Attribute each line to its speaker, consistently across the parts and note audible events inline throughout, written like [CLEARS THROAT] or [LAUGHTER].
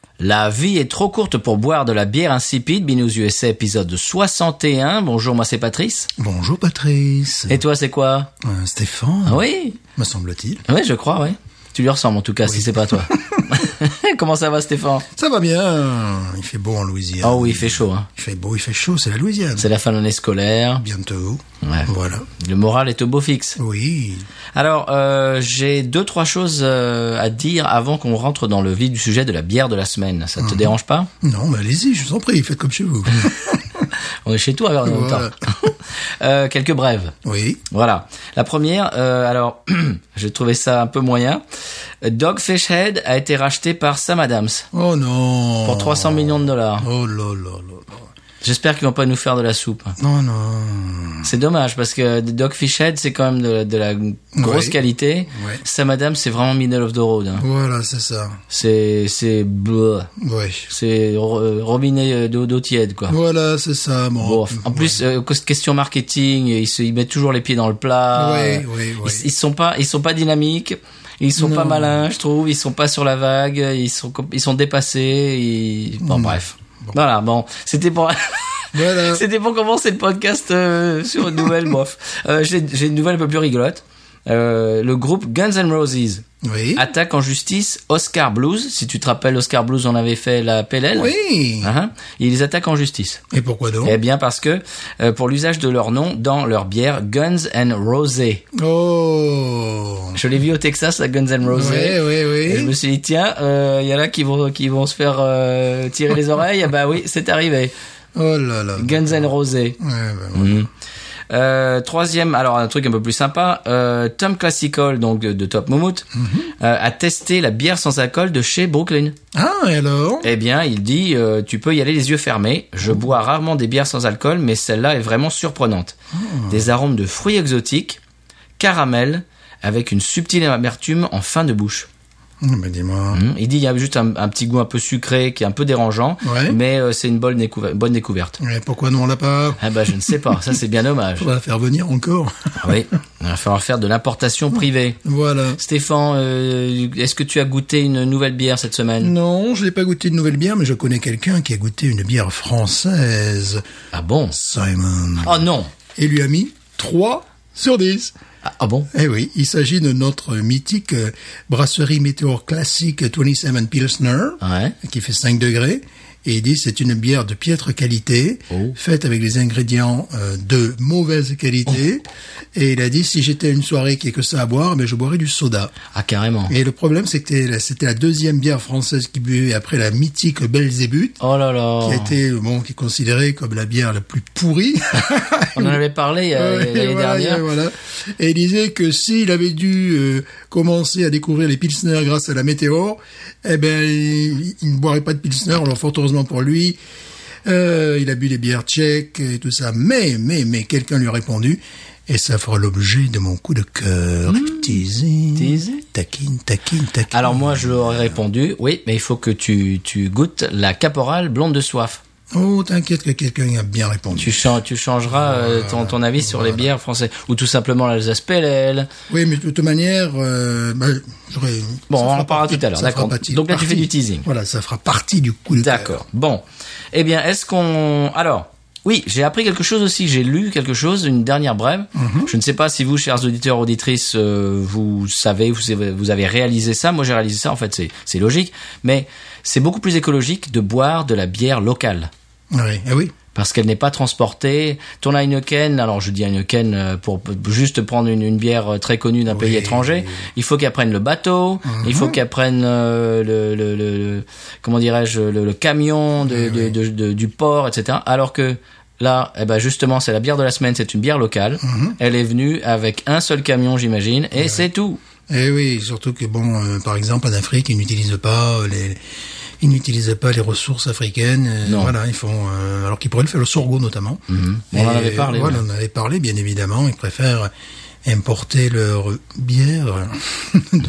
Speaker 1: La vie est trop courte pour boire de la bière insipide. Binous USA épisode 61. Bonjour, moi c'est Patrice.
Speaker 2: Bonjour Patrice.
Speaker 1: Et toi c'est quoi
Speaker 2: Euh, Stéphane,
Speaker 1: Ah oui
Speaker 2: me semble-t-il.
Speaker 1: Oui, je crois, oui. Tu lui ressembles en tout cas, si c'est pas [LAUGHS] toi. Comment ça va Stéphane
Speaker 2: Ça va bien. Il fait beau en Louisiane.
Speaker 1: Oh oui, il fait chaud. Hein.
Speaker 2: Il fait beau, il fait chaud, c'est la Louisiane.
Speaker 1: C'est la fin de l'année scolaire.
Speaker 2: Bientôt.
Speaker 1: Ouais.
Speaker 2: Voilà.
Speaker 1: Le moral est au beau fixe.
Speaker 2: Oui.
Speaker 1: Alors, euh, j'ai deux, trois choses euh, à dire avant qu'on rentre dans le vif du sujet de la bière de la semaine. Ça
Speaker 2: Mhm.
Speaker 1: te dérange pas
Speaker 2: Non, mais allez-y, je vous en prie, faites comme
Speaker 1: [LAUGHS]
Speaker 2: chez vous.
Speaker 1: On est chez toi vers longtemps.
Speaker 2: Voilà.
Speaker 1: [LAUGHS] euh, quelques brèves.
Speaker 2: oui.
Speaker 1: Voilà. La première, euh, alors, [CLEARS THROAT] j'ai trouvé ça un peu moyen. Dogfish Head a été racheté par Sam Adams
Speaker 2: Oh non.
Speaker 1: pour 300 millions de dollars.
Speaker 2: Oh là là là là.
Speaker 1: J'espère qu'ils vont pas nous faire de la soupe.
Speaker 2: Non, non.
Speaker 1: C'est dommage parce que Dogfish Head, c'est quand même de, de la grosse
Speaker 2: Ouais.
Speaker 1: qualité.
Speaker 2: Ouais.
Speaker 1: Sam Adams, c'est vraiment middle of the road. hein.
Speaker 2: Voilà, c'est ça.
Speaker 1: C'est, c'est, bleu.
Speaker 2: Ouais.
Speaker 1: C'est ro- euh, robinet euh, d'eau d'eau tiède, quoi.
Speaker 2: Voilà, c'est ça. Bon.
Speaker 1: Bon, en plus, euh, cause- question marketing, euh, ils, se, ils mettent toujours les pieds dans le plat.
Speaker 2: Ouais, ouais, ouais.
Speaker 1: Ils, ils sont pas, ils sont pas dynamiques. Ils sont pas malins, je trouve. Ils sont pas sur la vague. Ils sont, com- ils sont dépassés. ils- Bon,
Speaker 2: Mm.
Speaker 1: bref. Voilà. Bon, c'était pour. [LAUGHS]
Speaker 2: Voilà.
Speaker 1: C'était pour commencer le podcast euh, sur une nouvelle, bof. Euh, J'ai j'ai une nouvelle un peu plus rigolote. Euh, le groupe Guns N' Roses
Speaker 2: Oui.
Speaker 1: attaque en justice Oscar Blues. Si tu te rappelles, Oscar Blues, on avait fait la PLL.
Speaker 2: Oui.
Speaker 1: Hein, hein. Ils attaquent en justice.
Speaker 2: Et pourquoi donc
Speaker 1: Eh bien parce que euh, pour l'usage de leur nom dans leur bière Guns N' Rosé.
Speaker 2: Oh.
Speaker 1: Je l'ai vu au Texas la Guns N' Rosé.
Speaker 2: Ouais, ouais, ouais.
Speaker 1: Et je me suis dit tiens, il y en a qui vont qui vont se faire euh, tirer
Speaker 2: [LAUGHS]
Speaker 1: les oreilles. Ah bah oui, c'est arrivé.
Speaker 2: Oh là là.
Speaker 1: Guns N' Rosé.
Speaker 2: Ouais, ben,
Speaker 1: Mhm. Euh, troisième, alors un truc un peu plus sympa, euh, Tom Classical, donc de, de Top Moumout,
Speaker 2: Mhm.
Speaker 1: euh, a testé la bière sans alcool de chez Brooklyn.
Speaker 2: Ah, et alors
Speaker 1: Eh bien, il dit, euh, tu peux y aller les yeux fermés. Je bois rarement des bières sans alcool, mais celle-là est vraiment surprenante. Des arômes de fruits exotiques, caramel, avec une subtile amertume en fin de bouche.
Speaker 2: Hum, Mais dis-moi.
Speaker 1: Mhm. Il dit, il y a juste un, un petit goût un peu sucré qui est un peu dérangeant,
Speaker 2: Ouais.
Speaker 1: mais euh, c'est une bonne, découver- bonne découverte.
Speaker 2: Mais pourquoi nous on l'a pas
Speaker 1: Ah bah je ne sais pas, ça c'est bien dommage. [LAUGHS]
Speaker 2: On va la faire venir encore. [LAUGHS]
Speaker 1: Ah Oui, il va falloir faire de l'importation privée.
Speaker 2: voilà.
Speaker 1: Stéphane, euh, est-ce que tu as goûté une nouvelle bière cette semaine
Speaker 2: Non, je n'ai pas goûté de nouvelle bière, mais je connais quelqu'un qui a goûté une bière française,
Speaker 1: Ah bon
Speaker 2: Simon.
Speaker 1: Oh non
Speaker 2: Et lui a mis 3 sur 10.
Speaker 1: Ah, ah bon
Speaker 2: Eh oui, il s'agit de notre mythique euh, brasserie météor classique 27 Pilsner,
Speaker 1: Ouais.
Speaker 2: qui fait 5 degrés. Et il dit c'est une bière de piètre qualité,
Speaker 1: Oh.
Speaker 2: faite avec des ingrédients euh, de mauvaise
Speaker 1: Oh.
Speaker 2: qualité. Et il a dit si j'étais à une soirée qui est que ça à boire, mais je boirais du soda.
Speaker 1: Ah carrément.
Speaker 2: Et le problème, c'est que c'était la- c'était la deuxième bière française qui buvait après la mythique Belzébuth,
Speaker 1: Oh là là
Speaker 2: qui a été bon, qui est considérée comme la bière la plus pourrie.
Speaker 1: On en avait parlé euh,
Speaker 2: Ouais,
Speaker 1: l'année
Speaker 2: voilà,
Speaker 1: dernière.
Speaker 2: et voilà. Et il disait que s'il avait dû euh, commencer à découvrir les pilsners grâce à la météo, eh ben il, il ne boirait pas de pilsner. Alors fort heureusement pour lui, euh, il a bu des bières tchèques et tout ça. Mais mais mais quelqu'un lui a répondu. Et ça fera l'objet de mon coup de cœur. Teasing.
Speaker 1: Mmh. Teasing.
Speaker 2: Taquine, taquine, taquine.
Speaker 1: Alors moi je leur ai répondu, oui, mais il faut que tu, tu goûtes la caporale blonde de soif.
Speaker 2: Oh, t'inquiète que quelqu'un y a bien répondu.
Speaker 1: Tu, chan- tu changeras euh, ton, ton avis sur les bières françaises. Ou tout simplement l'Alsace PLL.
Speaker 2: Oui, mais de toute manière, euh, bah, j'aurais...
Speaker 1: Bon,
Speaker 2: ça
Speaker 1: on en
Speaker 2: fera
Speaker 1: parlera
Speaker 2: partie-
Speaker 1: tout à l'heure,
Speaker 2: ça fera
Speaker 1: d'accord.
Speaker 2: partie-
Speaker 1: Donc là, tu fais
Speaker 2: partie-
Speaker 1: du teasing.
Speaker 2: Voilà, ça fera partie du coup de cœur.
Speaker 1: D'accord. Bon. Eh bien, est-ce qu'on... Alors, oui, j'ai appris quelque chose aussi. J'ai lu quelque chose, une dernière brève. Je ne sais pas si vous, chers auditeurs, auditrices, euh, vous savez, vous avez, vous avez réalisé ça. Moi, j'ai réalisé ça, en fait, c'est- c'est logique. Mais c'est beaucoup plus écologique de boire de la bière locale.
Speaker 2: Oui, eh oui.
Speaker 1: Parce qu'elle n'est pas transportée. Ton Heineken, alors je dis Heineken euh, pour pour juste prendre une, une bière euh, très connue d'un pays étranger, il faut qu'elle prenne le bateau, il faut qu'elle prenne euh, le, le- le- le- comment dirais-je le, le camion de, de- de- de- du port, etc. Alors que là, eh ben justement, c'est la bière de la semaine, c'est une bière locale. Elle est venue avec un seul camion, j'imagine, et c'est tout.
Speaker 2: Eh oui, surtout que, bon, euh, par exemple, en Afrique, ils n'utilisent pas euh, les, Ils n'utilisaient pas les ressources africaines. euh,
Speaker 1: Non. Mhm.
Speaker 2: Voilà, ils font euh, alors qu'ils pourraient le faire le sorgho notamment.
Speaker 1: On en
Speaker 2: Et,
Speaker 1: avait parlé,
Speaker 2: Voilà,
Speaker 1: ouais.
Speaker 2: on en avait parlé bien évidemment. Ils préfèrent importer leur bière [LAUGHS] de-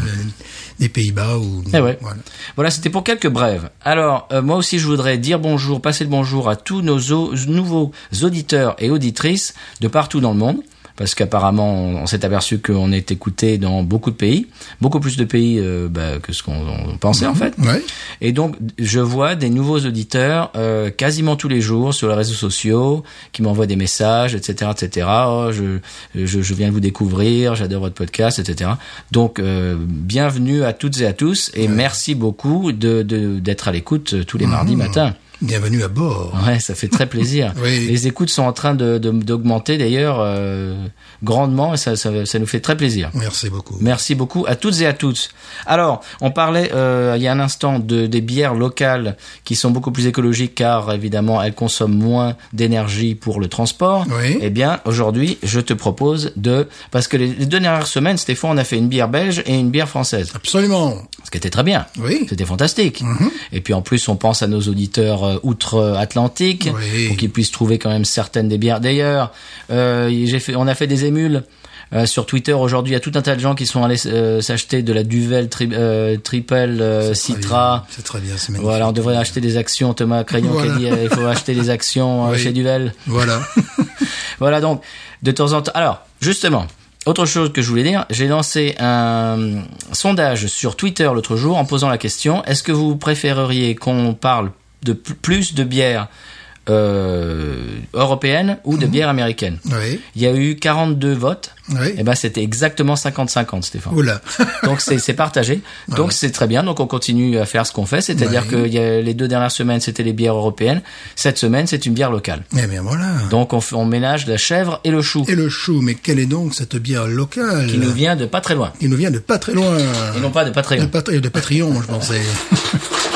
Speaker 2: des Pays-Bas ou.
Speaker 1: Eh ouais.
Speaker 2: voilà.
Speaker 1: Voilà, c'était pour quelques brèves. Alors, euh, moi aussi, je voudrais dire bonjour, passer le bonjour à tous nos au- nouveaux auditeurs et auditrices de partout dans le monde. Parce qu'apparemment, on, on s'est aperçu qu'on est écouté dans beaucoup de pays, beaucoup plus de pays euh, bah, que ce qu'on on pensait en fait.
Speaker 2: Ouais.
Speaker 1: Et donc, je vois des nouveaux auditeurs euh, quasiment tous les jours sur les réseaux sociaux qui m'envoient des messages, etc., etc. Oh, je, je, je viens de vous découvrir, j'adore votre podcast, etc. Donc, euh, bienvenue à toutes et à tous et merci beaucoup de de- d'être à l'écoute euh, tous les mardis matin.
Speaker 2: Bienvenue à bord.
Speaker 1: Ouais, ça fait très plaisir.
Speaker 2: [LAUGHS] Oui.
Speaker 1: Les écoutes sont en train d'augmenter de, d'augmenter d'ailleurs euh, grandement et ça, ça, ça nous fait très plaisir.
Speaker 2: Merci beaucoup.
Speaker 1: Merci beaucoup à toutes et à tous. Alors, on parlait euh, il y a un instant de, des bières locales qui sont beaucoup plus écologiques car évidemment elles consomment moins d'énergie pour le transport.
Speaker 2: Oui.
Speaker 1: Eh bien, aujourd'hui, je te propose de... Parce que les les deux dernières semaines, Stéphane, on a fait une bière belge et une bière française.
Speaker 2: Absolument.
Speaker 1: Ce qui était très bien.
Speaker 2: Oui.
Speaker 1: C'était fantastique. Et puis en plus, on pense à nos auditeurs euh, outre-Atlantique
Speaker 2: Oui.
Speaker 1: pour qu'ils puissent trouver quand même certaines des bières. D'ailleurs, euh, j'ai fait, on a fait des émules. euh, sur Twitter aujourd'hui, il y a tout un tas de gens qui sont allés euh, s'acheter de la Duvel tri- euh, Triple euh,
Speaker 2: C'est très
Speaker 1: Citra.
Speaker 2: bien. C'est très bien, c'est magnifique.
Speaker 1: Voilà, on devrait acheter des actions. Thomas Crayon qui
Speaker 2: Voilà.
Speaker 1: a dit euh, il faut acheter des actions euh,
Speaker 2: [LAUGHS] Oui.
Speaker 1: chez Duvel.
Speaker 2: [LAUGHS] Voilà.
Speaker 1: Voilà donc de temps en temps. Alors justement, autre chose que je voulais dire, j'ai lancé un sondage sur Twitter l'autre jour en posant la question est-ce que vous préféreriez qu'on parle de pl- plus de bières euh, européennes ou de bières américaines
Speaker 2: oui.
Speaker 1: Il y a eu 42 votes.
Speaker 2: Oui.
Speaker 1: Et ben c'était exactement 50-50, Stéphane.
Speaker 2: Oula. [LAUGHS]
Speaker 1: Donc c'est c'est partagé. Donc c'est très bien. Donc on continue à faire ce qu'on fait, c'est-à-dire
Speaker 2: Ouais.
Speaker 1: que il y a- les deux dernières semaines c'était les bières européennes. Cette semaine c'est une bière locale.
Speaker 2: Eh bien voilà.
Speaker 1: Donc on, fait- on ménage la chèvre et le chou.
Speaker 2: Et le chou, mais quelle est donc cette bière locale
Speaker 1: qui nous vient de pas très loin.
Speaker 2: Il nous vient de pas très loin.
Speaker 1: Et non pas de pas très
Speaker 2: De,
Speaker 1: loin.
Speaker 2: pas, très- de Patrillon,
Speaker 1: [LAUGHS]
Speaker 2: je pensais.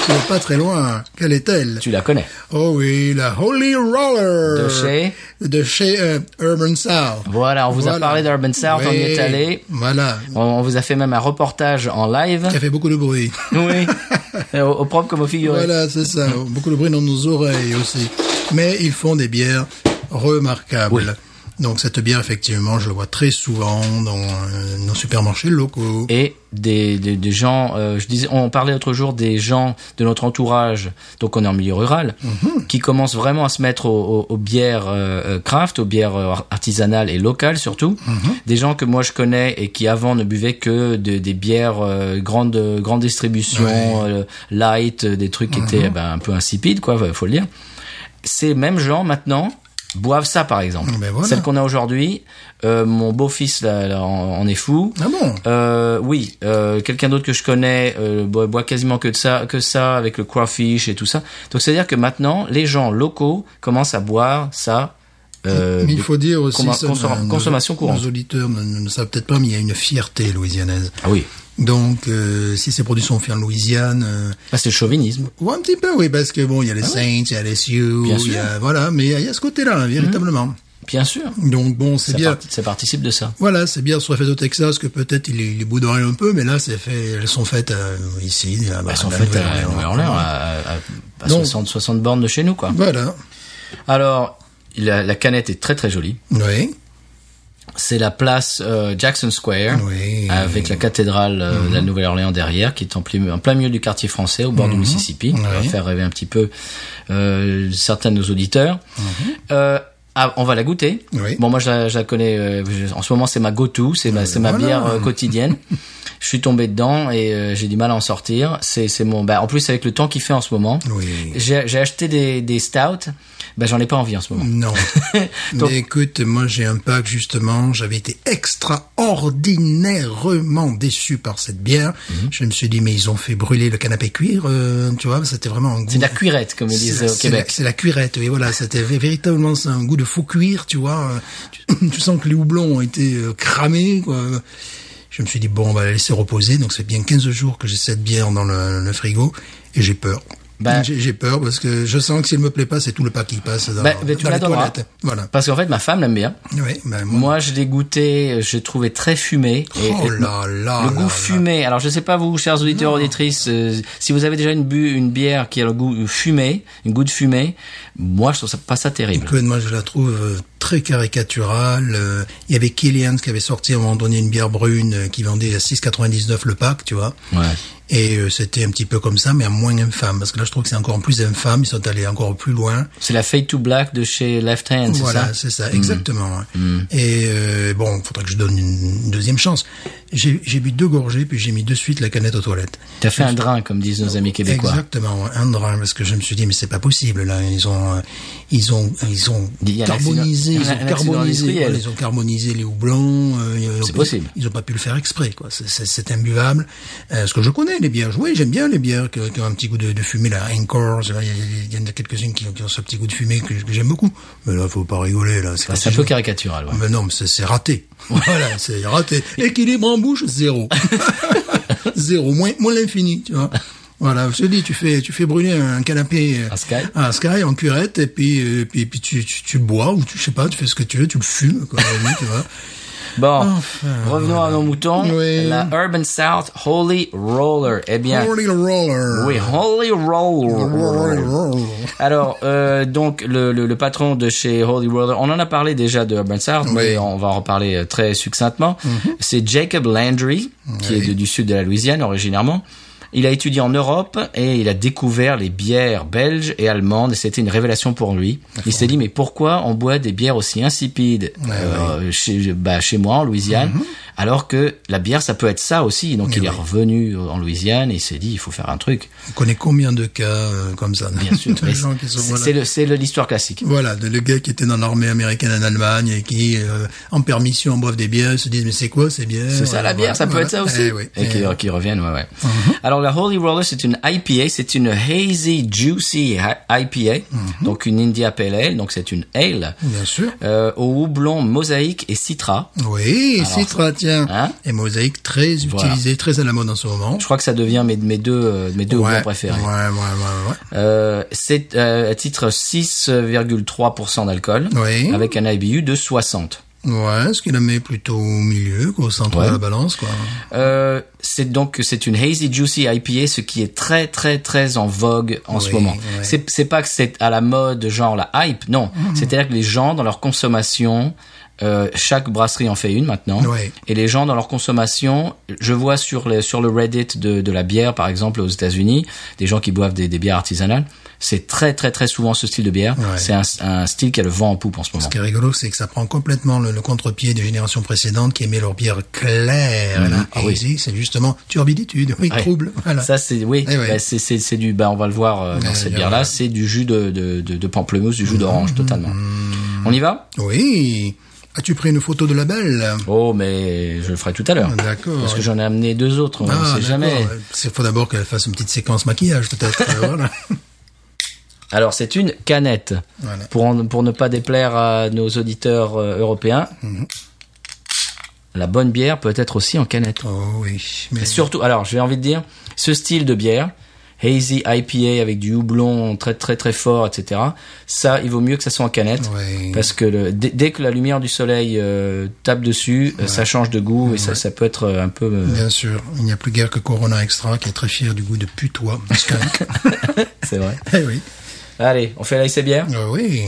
Speaker 2: de pas très loin. Quelle est-elle
Speaker 1: Tu la connais.
Speaker 2: Oh oui, la Holy Roller.
Speaker 1: De chez
Speaker 2: De chez euh, Urban South.
Speaker 1: Voilà, on vous a
Speaker 2: Voilà.
Speaker 1: parlé d'Urban South, on y est
Speaker 2: Oui,
Speaker 1: allé.
Speaker 2: Voilà.
Speaker 1: On- On vous a fait même un reportage en live.
Speaker 2: Ça fait beaucoup de bruit.
Speaker 1: [LAUGHS] Oui. au, au propre comme au figuré.
Speaker 2: Voilà, c'est ça. Beaucoup de bruit dans nos oreilles aussi. Mais ils font des bières remarquables.
Speaker 1: Oui.
Speaker 2: Donc cette bière, effectivement, je la vois très souvent dans euh, nos supermarchés locaux.
Speaker 1: Et des, des, des gens, euh, je disais, on parlait l'autre jour des gens de notre entourage, donc on est en milieu rural,
Speaker 2: Mmh.
Speaker 1: qui commencent vraiment à se mettre aux, aux- aux bières euh, euh, craft, aux bières euh, artisanales et locales surtout.
Speaker 2: Mmh.
Speaker 1: Des gens que moi je connais et qui avant ne buvaient que de- des bières euh, grande grande distribution, euh, light, euh, des
Speaker 2: Mmh.
Speaker 1: trucs qui étaient ben, un peu insipides, quoi, faut le dire. Ces mêmes gens maintenant boivent ça par exemple.
Speaker 2: Ben voilà.
Speaker 1: Celle qu'on a aujourd'hui, euh, mon beau-fils là, là, en, en est fou.
Speaker 2: Ah bon
Speaker 1: Euh, oui, euh, quelqu'un d'autre que je connais euh, boit, boit quasiment que de ça, que ça avec le crawfish et tout ça. Donc c'est à dire que maintenant les gens locaux commencent à boire ça. euh,
Speaker 2: Mais il faut dire aussi
Speaker 1: comma-
Speaker 2: ça,
Speaker 1: consom-
Speaker 2: nos-
Speaker 1: consommation courante.
Speaker 2: Nos auditeurs ne, ne- ne savent peut-être pas, mais il y a une fierté louisianaise.
Speaker 1: Ah oui,
Speaker 2: Donc, euh, si ces produits sont faits en Louisiane, euh,
Speaker 1: Ah, c'est le chauvinisme.
Speaker 2: ou un petit peu, oui, parce que bon, il y a les Saints, il y a les Sioux,
Speaker 1: Ah Bien
Speaker 2: il y a voilà, mais il y a ce côté-là hein, véritablement.
Speaker 1: Bien sûr,
Speaker 2: Donc bon, c'est
Speaker 1: ça,
Speaker 2: bien.
Speaker 1: parti- ça participe de ça.
Speaker 2: Voilà, c'est bien soit fait au Texas que peut-être il il les bouderaient un peu, mais là, c'est fait, elles sont faites euh, ici. là, bah,
Speaker 1: Elles sont
Speaker 2: là,
Speaker 1: faites
Speaker 2: voilà,
Speaker 1: à Nouvelle-Orléans, à, à- à- à
Speaker 2: Donc-
Speaker 1: 60, 60 bornes de chez nous quoi.
Speaker 2: Voilà.
Speaker 1: Alors la, la canette est très très jolie.
Speaker 2: Oui.
Speaker 1: C'est la place euh, Jackson Square.
Speaker 2: Oui.
Speaker 1: Avec la cathédrale euh, de la
Speaker 2: Mhm.
Speaker 1: Nouvelle-Orléans derrière, qui est en plein, en plein milieu du quartier français, au bord du Mississippi. On va
Speaker 2: Ouais.
Speaker 1: faire rêver un petit peu euh, certains de nos auditeurs. Euh, ah, on va la goûter.
Speaker 2: Mhm. Oui.
Speaker 1: Bon, moi, je la, je la connais. euh, je- en ce moment, c'est ma go-to, c'est ma, c'est ma
Speaker 2: voilà.
Speaker 1: bière euh, quotidienne. je suis tombé dedans et euh, j'ai du mal à en sortir. C'est, c'est mon. Bah, en plus, avec le temps qu'il fait en ce moment, [LAUGHS]
Speaker 2: Oui.
Speaker 1: j'ai, j'ai acheté des, des stouts. Bah, j'en ai pas envie en ce moment.
Speaker 2: Non.
Speaker 1: Donc-
Speaker 2: Mais écoute, moi j'ai un pack justement, j'avais été extraordinairement déçu par cette bière.
Speaker 1: Mhm.
Speaker 2: Je me suis dit mais ils ont fait brûler le canapé cuir, euh, tu vois, c'était vraiment un goût.
Speaker 1: C'est de la cuirette, comme ils
Speaker 2: C'est
Speaker 1: disent
Speaker 2: la-
Speaker 1: au
Speaker 2: c'est la-
Speaker 1: Québec.
Speaker 2: C'est la cuirette, oui, voilà, c'était vé- véritablement c'est un goût de faux cuir, tu vois. euh, Tu, [COUGHS] tu sens que les houblons ont été euh, cramés, quoi. Je me suis dit, bon, on va la laisser reposer, donc c'est bien 15 jours que j'ai cette bière dans le, le frigo, et j'ai peur.
Speaker 1: Ben,
Speaker 2: J'ai j'ai peur parce que je sens que s'il me plaît pas, c'est tout le pas qui passe dans,
Speaker 1: Ben, ben, tu
Speaker 2: dans
Speaker 1: me la
Speaker 2: les
Speaker 1: donneras.
Speaker 2: toilettes. Voilà.
Speaker 1: parce qu'en fait, ma femme l'aime bien.
Speaker 2: Oui, ben, moi,
Speaker 1: Moi, je l'ai goûté, euh, je l'ai trouvé très fumé. Et-
Speaker 2: oh
Speaker 1: et-
Speaker 2: là là.
Speaker 1: le
Speaker 2: là
Speaker 1: goût
Speaker 2: là.
Speaker 1: fumé. Alors je sais pas vous, chers auditeurs auditrices, euh, si vous avez déjà une bu- une bière qui a le goût euh, fumé, une goût de fumée, moi je trouve ça pas ça terrible.
Speaker 2: Complètement, je la trouve euh, très caricaturale. Euh, Il y avait Killian qui avait sorti à un moment donné une bière brune euh, qui vendait à 6,99 le pack, tu vois.
Speaker 1: Ouais.
Speaker 2: Et euh, c'était un petit peu comme ça, mais à moins infâme. Parce que là, je trouve que c'est encore plus infâme. Ils sont allés encore plus loin.
Speaker 1: C'est la Fade to Black de chez Left Hand, c'est
Speaker 2: Voilà,
Speaker 1: ça Mm.
Speaker 2: c'est ça, exactement. ouais. Et euh, bon, faudrait que je donne une, une deuxième chance. J'ai j'ai bu deux gorgées, puis j'ai mis de suite la canette aux toilettes.
Speaker 1: T'as fait un drain, comme disent nos amis québécois.
Speaker 2: Exactement, ouais, un drame, parce que je me suis dit, mais c'est pas possible, là, ils ont, euh, ils ont, ils ont
Speaker 1: Il y a un accident-
Speaker 2: carbonisé,
Speaker 1: il y a un
Speaker 2: ils ont
Speaker 1: accident
Speaker 2: carbonisé,
Speaker 1: industriel.
Speaker 2: ouais, ils ont carbonisé les houblons, euh, ils ont-
Speaker 1: C'est possible.
Speaker 2: Ils ont pas pu le faire exprès, quoi, c'est- c'est c'est imbuvable. Euh, ce que je connais, les bières, oui, j'aime bien les bières qui, qui ont un petit goût de, de fumée, la Encore, il y, a- il y en a quelques-unes qui, ont- qui ont ce petit goût de fumée que, que j'aime beaucoup. Mais là, faut pas rigoler, là.
Speaker 1: Bah,
Speaker 2: comme
Speaker 1: c'est un
Speaker 2: si
Speaker 1: peu
Speaker 2: je-
Speaker 1: caricatural. Ouais.
Speaker 2: mais non, mais c'est c'est raté. [LAUGHS] voilà, c'est raté. Équilibre en bouche, [LAUGHS] zéro. zéro, moins, moins l'infini, tu vois. Voilà, je te dis, tu fais, tu fais brûler un canapé, euh,
Speaker 1: Un Sky.
Speaker 2: un sky en curette, et puis, euh, puis, puis tu, tu, tu bois, ou tu, je sais pas, tu fais ce que tu veux, tu le fumes, quoi, à la limite, tu vois.
Speaker 1: [LAUGHS] Bon, revenons à nos moutons.
Speaker 2: Oui.
Speaker 1: La Urban South Holy Roller. Eh bien,
Speaker 2: Holy roller.
Speaker 1: oui, Holy
Speaker 2: Roller,
Speaker 1: Roller.
Speaker 2: roller.
Speaker 1: Alors, euh, donc, le, le, le patron de chez Holy Roller, on en a parlé déjà de Urban South, mais on va en reparler euh, très succinctement.
Speaker 2: Mhm.
Speaker 1: C'est Jacob Landry, qui est de- du sud de la Louisiane originairement. Il a étudié en Europe et il a découvert les bières belges et allemandes et c'était une révélation pour lui. Il s'est dit mais pourquoi on boit des bières aussi insipides euh, chez, bah, chez moi en Louisiane
Speaker 2: Mhm.
Speaker 1: alors que la bière ça peut être ça aussi. Donc il est revenu euh, en Louisiane et il s'est dit il faut faire un
Speaker 2: [LAUGHS]
Speaker 1: truc.
Speaker 2: On connaît combien de cas euh, comme ça,
Speaker 1: Bien sûr.
Speaker 2: [LAUGHS] de
Speaker 1: mais
Speaker 2: gens qui sont
Speaker 1: c'est
Speaker 2: voilà.
Speaker 1: c'est le- c'est le- l'histoire classique.
Speaker 2: Voilà, de- le gars qui était dans l'armée américaine en Allemagne et qui, euh, en permission, boivent des bières, ils se disent mais c'est quoi ces bières
Speaker 1: C'est ça la bière, ça peut être ça aussi.
Speaker 2: Et, oui. Mm-hmm.
Speaker 1: Et qui,
Speaker 2: Eh,
Speaker 1: qui reviennent, ouais, ouais. Alors la Holy Roller, c'est une IPA, c'est une hazy juicy hi- IPA,
Speaker 2: Mm-hmm.
Speaker 1: donc une India Pale Ale, donc c'est une ale
Speaker 2: bien sûr.
Speaker 1: euh, au houblon mosaïque et citra.
Speaker 2: Oui, Citra, tiens.
Speaker 1: Hein
Speaker 2: et mosaïque très
Speaker 1: Voilà.
Speaker 2: utilisé, très à la mode en ce moment.
Speaker 1: Je crois que ça devient mes, mes deux euh, mes deux houblons préférés.
Speaker 2: Ouais, ouais, ouais, ouais.
Speaker 1: Euh, c'est euh, à titre 6,3% d'alcool
Speaker 2: Oui.
Speaker 1: avec un IBU de 60.
Speaker 2: Ouais, ce qu'il la met plutôt au milieu, quoi, au centre
Speaker 1: Ouais.
Speaker 2: de la balance, quoi.
Speaker 1: Euh, c'est donc c'est une hazy juicy IPA, ce qui est très très très en vogue en ce
Speaker 2: Oui,
Speaker 1: moment.
Speaker 2: oui. Mhm.
Speaker 1: C'est c'est pas que c'est à la mode, genre la hype, non. C'est-à-dire que les gens dans leur consommation, euh, chaque brasserie en fait une maintenant,
Speaker 2: Oui.
Speaker 1: et les gens dans leur consommation, je vois sur le sur le Reddit de de la bière par exemple aux États-Unis, des gens qui boivent des, des bières artisanales, c'est très très très souvent ce style de bière.
Speaker 2: Ouais.
Speaker 1: C'est un, un style qui a le vent en poupe en ce moment.
Speaker 2: Ce qui est rigolo, c'est que ça prend complètement le, le contre-pied des générations précédentes qui aimaient leur bière claire. là.
Speaker 1: Ah oui.
Speaker 2: Hazy, c'est justement turbiditude, oui,
Speaker 1: Ouais.
Speaker 2: trouble. Voilà.
Speaker 1: Ça c'est oui,
Speaker 2: Eh ouais.
Speaker 1: bah, c'est c'est c'est du bah on va le voir euh, dans
Speaker 2: Ouais,
Speaker 1: cette
Speaker 2: ouais,
Speaker 1: bière là,
Speaker 2: ouais. Mm-hmm.
Speaker 1: c'est du jus de de de, de pamplemousse, du jus d'orange totalement. On y va
Speaker 2: Oui. As-tu pris une photo de la belle
Speaker 1: Oh mais je le ferai tout à l'heure.
Speaker 2: D'accord.
Speaker 1: Parce que j'en ai amené deux autres, on
Speaker 2: Ah,
Speaker 1: sait jamais.
Speaker 2: Il faut d'abord qu'elle fasse une petite séquence maquillage, peut-être. [LAUGHS] euh, voilà.
Speaker 1: Alors c'est une canette
Speaker 2: Voilà.
Speaker 1: pour en- pour ne pas déplaire à nos auditeurs euh, européens.
Speaker 2: Mm-hmm.
Speaker 1: La bonne bière peut être aussi en canette.
Speaker 2: Oh oui. Mais
Speaker 1: Et surtout, alors j'ai envie de dire, ce style de bière, hazy IPA avec du houblon très très très fort, etc. Ça, il vaut mieux que ça soit en canette,
Speaker 2: Ouais.
Speaker 1: parce que le- dès, dès que la lumière du soleil euh, tape dessus, euh, ça change de goût et ça, ça peut être euh, un peu. euh,
Speaker 2: Bien sûr, il n'y a plus guère que Corona Extra qui est très fier du goût de putois.
Speaker 1: [LAUGHS]
Speaker 2: skunk.
Speaker 1: c'est vrai.
Speaker 2: eh oui.
Speaker 1: Allez, on fait la essai bière.
Speaker 2: Ah oui.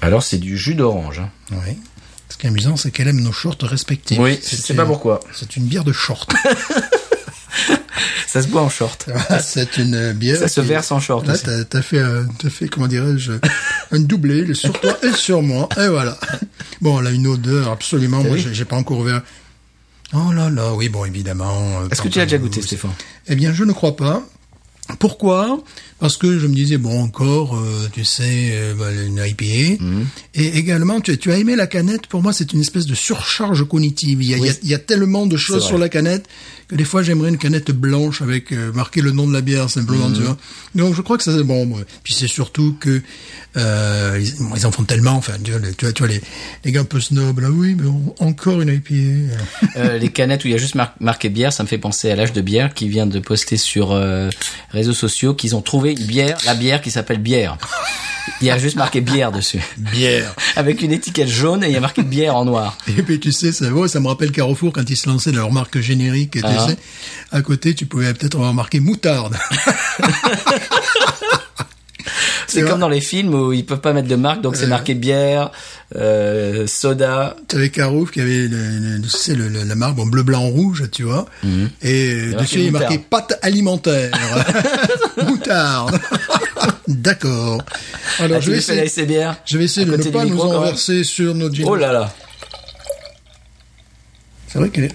Speaker 1: Alors c'est du jus d'orange. hein.
Speaker 2: Oui. Ce qui est amusant, c'est qu'elle aime nos shorts respectifs.
Speaker 1: Oui, je sais pas
Speaker 2: une-
Speaker 1: pourquoi.
Speaker 2: C'est une bière
Speaker 1: [LAUGHS]
Speaker 2: de short.
Speaker 1: Ça se boit en short.
Speaker 2: Ah, c'est une euh, bière.
Speaker 1: Ça se
Speaker 2: qui-
Speaker 1: verse en short
Speaker 2: Là,
Speaker 1: aussi.
Speaker 2: t'as t'as fait, euh, t'as fait, comment dirais-je, un doublé le sur toi et sur moi. Et voilà. Bon, elle a une odeur absolument. Moi,
Speaker 1: vu
Speaker 2: j'ai j'ai pas encore ouvert. Oh là là, oui, bon, évidemment. euh,
Speaker 1: Est-ce que tu l'as déjà
Speaker 2: pamplemousse.
Speaker 1: goûté, Stéphane
Speaker 2: Eh bien, je ne crois pas. Pourquoi Parce que je me disais, bon, encore, euh, tu sais, euh, bah, une IPA.
Speaker 1: Mhm.
Speaker 2: Et également, tu, tu as aimé la canette. Pour moi, c'est une espèce de surcharge cognitive. Il y a,
Speaker 1: Oui.
Speaker 2: il y a- il y a tellement de choses
Speaker 1: vrai.
Speaker 2: sur la canette que des fois, j'aimerais une canette blanche avec euh, marqué le nom de la bière simplement.
Speaker 1: Mhm.
Speaker 2: Tu vois. Donc, je crois que ça, c'est bon. ouais. Puis c'est surtout que euh, ils, bon, ils en font tellement. Enfin, tu vois, les- tu vois, tu vois, les, les gars un peu snobs, là, oui, mais on- encore une IPA.
Speaker 1: Euh, les canettes où il y a juste mar- marqué bière, ça me fait penser à l'âge de bière qui vient de poster sur euh, réseaux sociaux qu'ils ont trouvé une bière, la bière qui s'appelle bière. Il y a juste marqué bière [LAUGHS] dessus,
Speaker 2: Bière.
Speaker 1: avec une étiquette jaune et il y a marqué bière en noir.
Speaker 2: Et puis tu sais, ça, ouais, ça me rappelle Carrefour quand ils se lançaient dans leur marque générique. Tu
Speaker 1: Ah.
Speaker 2: sais, à côté, tu pouvais peut-être avoir marqué moutarde. [LAUGHS]
Speaker 1: C'est
Speaker 2: C'est
Speaker 1: comme
Speaker 2: vrai.
Speaker 1: dans les films où ils peuvent pas mettre de marque, donc c'est marqué bière, euh, soda.
Speaker 2: tu avais Carrefour qui avait le, le- tu sais, le- le- la marque en bleu, blanc, rouge, tu vois.
Speaker 1: Mhm.
Speaker 2: Et euh,
Speaker 1: marqué
Speaker 2: dessus, il y a marqué
Speaker 1: moutarde.
Speaker 2: pâte alimentaire.
Speaker 1: [LAUGHS]
Speaker 2: moutarde. [LAUGHS] D'accord. Alors
Speaker 1: Ah, tu
Speaker 2: je vais
Speaker 1: les fais là,
Speaker 2: essayer,
Speaker 1: ces bières
Speaker 2: je vais essayer
Speaker 1: à
Speaker 2: de ne
Speaker 1: côté du
Speaker 2: pas nous
Speaker 1: micro, quand même.
Speaker 2: renverser sur notre gin.
Speaker 1: Oh là là
Speaker 2: C'est vrai qu'elle est...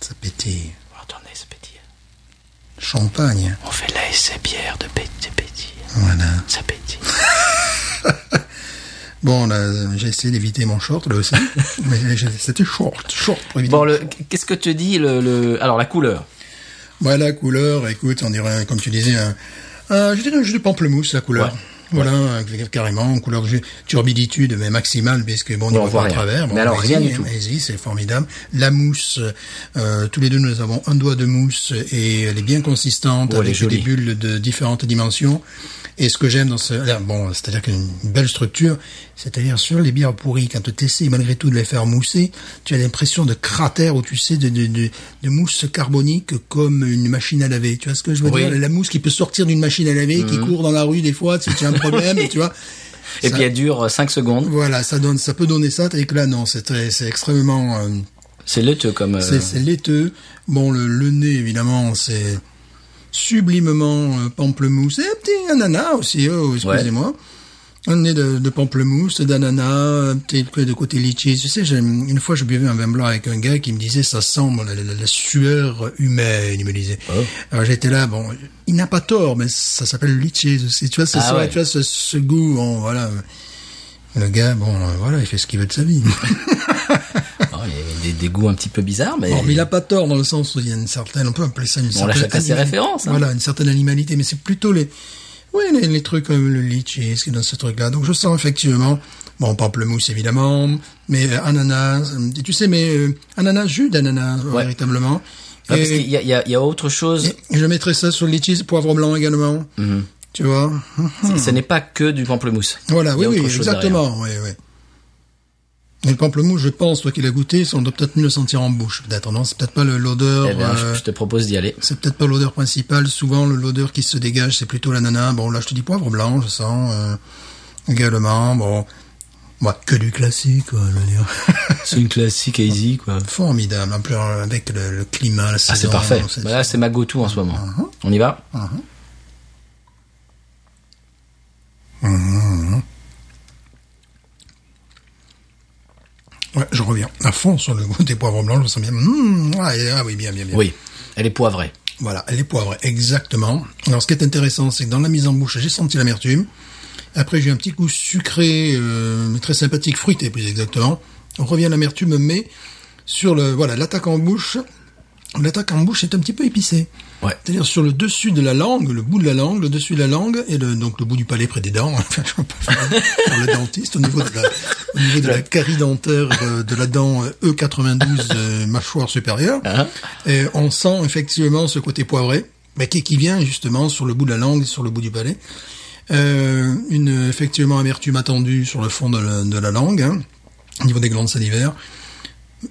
Speaker 2: Ça pétille.
Speaker 1: Oh, Attendez, c'est pétille.
Speaker 2: Champagne.
Speaker 1: hein. On fait la ces bières de pétille, pétille.
Speaker 2: Voilà.
Speaker 1: Ça pétille.
Speaker 2: [LAUGHS] Bon, là, j'ai essayé d'éviter mon
Speaker 1: [LAUGHS]
Speaker 2: short, là aussi. Mais j'ai- c'était short, short pour éviter.
Speaker 1: Bon, le- qu'est-ce que te dit le, le... Alors, la couleur
Speaker 2: Ouais, la couleur, écoute, on dirait, comme tu disais, un, un- je dirais un jus de pamplemousse, la couleur.
Speaker 1: Ouais.
Speaker 2: Voilà, euh, carrément, une couleur de jus- turbiditude, mais maximale, puisque bon, on
Speaker 1: Ouais,
Speaker 2: y
Speaker 1: on voit
Speaker 2: voit pas à
Speaker 1: rien.
Speaker 2: travers. Bon,
Speaker 1: Mais alors,
Speaker 2: allez-y,
Speaker 1: rien du tout.
Speaker 2: Allez-y, c'est formidable. La mousse, euh, tous les deux, nous avons un doigt de mousse et elle est bien consistante
Speaker 1: Oh, elle est
Speaker 2: avec des
Speaker 1: jolie.
Speaker 2: bulles de différentes dimensions. Et ce que j'aime dans ce, alors, bon, c'est-à-dire qu'une belle structure, c'est-à-dire sur les bières pourries, quand tu essaies malgré tout de les faire mousser, tu as l'impression de cratères ou tu sais, de, de, de, de mousse carbonique comme une machine à laver. Tu vois ce que je veux
Speaker 1: Oui.
Speaker 2: dire? La mousse qui peut sortir d'une machine à laver, qui court dans la rue des fois, si tu as un problème, tu vois.
Speaker 1: Et
Speaker 2: Ça-
Speaker 1: puis, Eh elle dure 5 secondes.
Speaker 2: Voilà, ça donne, ça peut donner ça, avec là, non, c'est très, c'est extrêmement, euh,
Speaker 1: C'est laiteux comme... euh,
Speaker 2: c'est, c'est laiteux. Bon, le, le nez, évidemment, c'est sublimement euh, pamplemousse. Et un petit ananas aussi, oh, excusez-moi. Un nez de, de pamplemousse, d'ananas, un petit peu de côté litchi. Tu sais, j'ai- une fois, je buvais un vin blanc avec un gars qui me disait, ça sent bon, la, la- la sueur humaine, il me disait.
Speaker 1: Oh.
Speaker 2: Alors, j'étais là, bon, il n'a pas tort, mais ça s'appelle le litchi aussi. Tu vois, c'est
Speaker 1: Ah
Speaker 2: ça,
Speaker 1: ouais.
Speaker 2: tu vois, ce, ce goût, bon, voilà. Le gars, bon, euh, voilà, il fait ce qu'il veut de
Speaker 1: [LAUGHS]
Speaker 2: sa vie.
Speaker 1: oh, il y a des, des goûts un petit peu bizarres, mais...
Speaker 2: Bon, mais il a pas tort dans le sens où il y a une certaine, on peut appeler ça une
Speaker 1: on a
Speaker 2: certaine.
Speaker 1: chacun ses
Speaker 2: animali-
Speaker 1: références, hein.
Speaker 2: Voilà, une certaine animalité, mais c'est plutôt les, oui, les, les trucs comme le litchi, ce qui est dans ce truc-là. Donc je sens effectivement, bon, pamplemousse évidemment, mais euh, ananas, euh, tu sais, mais euh, ananas, jus d'ananas,
Speaker 1: Ouais.
Speaker 2: véritablement.
Speaker 1: Ouais, parce
Speaker 2: et,
Speaker 1: qu'il y a, il y a- il y a autre chose.
Speaker 2: et je mettrais ça sur le litchi, poivre blanc également.
Speaker 1: Mm-hmm.
Speaker 2: Tu vois? [LAUGHS]
Speaker 1: Ce n'est pas que du pamplemousse. Il
Speaker 2: hum. Voilà,
Speaker 1: y
Speaker 2: oui,
Speaker 1: a
Speaker 2: oui,
Speaker 1: autre chose
Speaker 2: exactement, oui, oui. Et le pamplemousse, je pense, toi qui l'as goûté, on doit peut-être mieux le sentir en bouche, peut-être, non? C'est peut-être pas le- l'odeur.
Speaker 1: derrière. Eh bien,
Speaker 2: euh,
Speaker 1: je, je te propose d'y aller.
Speaker 2: c'est peut-être pas l'odeur principale. Souvent, le- l'odeur qui se dégage, c'est plutôt l'ananas. Bon, là, je te dis poivre blanc, je sens euh, également. Bon, moi, que du classique, quoi, je veux dire. [LAUGHS]
Speaker 1: C'est une classique easy, quoi.
Speaker 2: Formidable. En plus, avec le, le climat, la saison.
Speaker 1: Ah, c'est parfait.
Speaker 2: c'est- Uh-huh.
Speaker 1: Bah, là, c'est ma go-to en ce moment. On y va
Speaker 2: Ouais, je reviens à fond sur le goût des poivrons blancs. Je sens bien. Mmh, ah, et- ah oui, bien, bien, bien.
Speaker 1: Oui. Elle est poivrée.
Speaker 2: Voilà, les poivres, exactement. Alors, ce qui est intéressant, c'est que dans la mise en bouche, j'ai senti l'amertume. Après, j'ai eu un petit goût sucré, euh, mais très sympathique, fruité plus exactement. On revient à l'amertume, mais sur le voilà, l'attaque en bouche, l'attaque en bouche est un petit peu épicée.
Speaker 1: Ouais.
Speaker 2: C'est-à-dire sur le dessus de la langue, le bout de la langue, le dessus de la langue et le, donc le bout du palais près des dents. [LAUGHS] Enfin, je sais pas, pour le dentiste, au niveau de la, au niveau de la carie dentaire euh, de la dent euh, E92 euh, mâchoire supérieure.
Speaker 1: Hein
Speaker 2: Et Euh, on sent effectivement ce côté poivré, mais qui, qui vient justement sur le bout de la langue, sur le bout du palais. Euh, une euh, effectivement amertume attendue sur le fond de la, de la langue, hein, au niveau des glandes salivaires.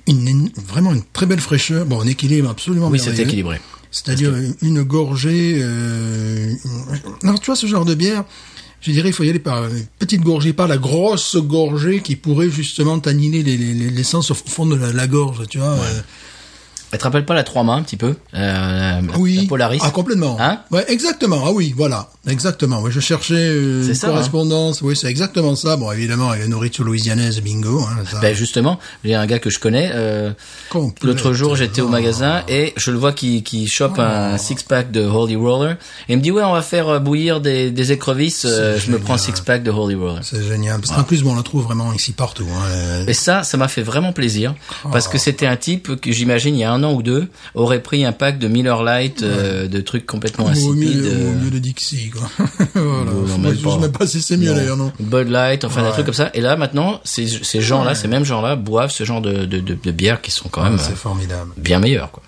Speaker 2: Une, éno- vraiment une très belle fraîcheur, bon, un équilibre absolument
Speaker 1: Oui, c'est
Speaker 2: merveilleux.
Speaker 1: équilibré.
Speaker 2: C'est-à-dire une gorgée. Euh... Alors, tu vois, ce genre de bière, je dirais, il faut y aller par une petite gorgée, pas la grosse gorgée qui pourrait justement taniner les, les, les- l'essence au fond de la, la gorge, tu vois. euh,
Speaker 1: Elle te rappelle pas la trois mains, un petit peu Euh, la- la
Speaker 2: oui.
Speaker 1: Polaris
Speaker 2: Ah, complètement.
Speaker 1: Hein
Speaker 2: ouais, exactement. Ah oui, voilà. Exactement. Oui, je cherchais euh,
Speaker 1: C'est
Speaker 2: une
Speaker 1: ça, hein.
Speaker 2: correspondance. Oui, c'est exactement ça. Bon, évidemment, et la nourriture louisianaise, bingo. Hein, ça.
Speaker 1: Ben justement, il y a un gars que je connais. euh,
Speaker 2: Complète.
Speaker 1: L'autre jour, j'étais au
Speaker 2: Oh.
Speaker 1: magasin et je le vois qui, qui chope un six-pack de Holy Roller. Et il me dit, ouais, on va faire euh, bouillir des, des écrevisses. euh,
Speaker 2: C'est
Speaker 1: Je me prends un
Speaker 2: génial.
Speaker 1: six-pack de Holy Roller.
Speaker 2: C'est génial.
Speaker 1: Ah.
Speaker 2: Parce qu'en plus, bon, on la trouve vraiment ici partout. Hein. Euh,
Speaker 1: Et ça, ça m'a fait vraiment plaisir parce
Speaker 2: Oh.
Speaker 1: que c'était un type que j'imagine il y a un an ou deux aurait pris un pack de Miller Lite, euh, de trucs complètement
Speaker 2: Ou au, mieux,
Speaker 1: insipides,
Speaker 2: de-
Speaker 1: euh,
Speaker 2: au mieux de Dixie, quoi. [LAUGHS] voilà.
Speaker 1: Non,
Speaker 2: Moi,
Speaker 1: même
Speaker 2: je
Speaker 1: pas.
Speaker 2: sais même pas si c'est mieux, d'ailleurs, non.
Speaker 1: Bud Light, enfin
Speaker 2: Ouais.
Speaker 1: des trucs comme ça. Et là maintenant, ces, ces gens-là, ces mêmes gens-là boivent ce genre de, de, de, de bières qui sont quand même
Speaker 2: Ah, C'est Hmm.
Speaker 1: euh,
Speaker 2: formidable.
Speaker 1: bien meilleures. Quoi.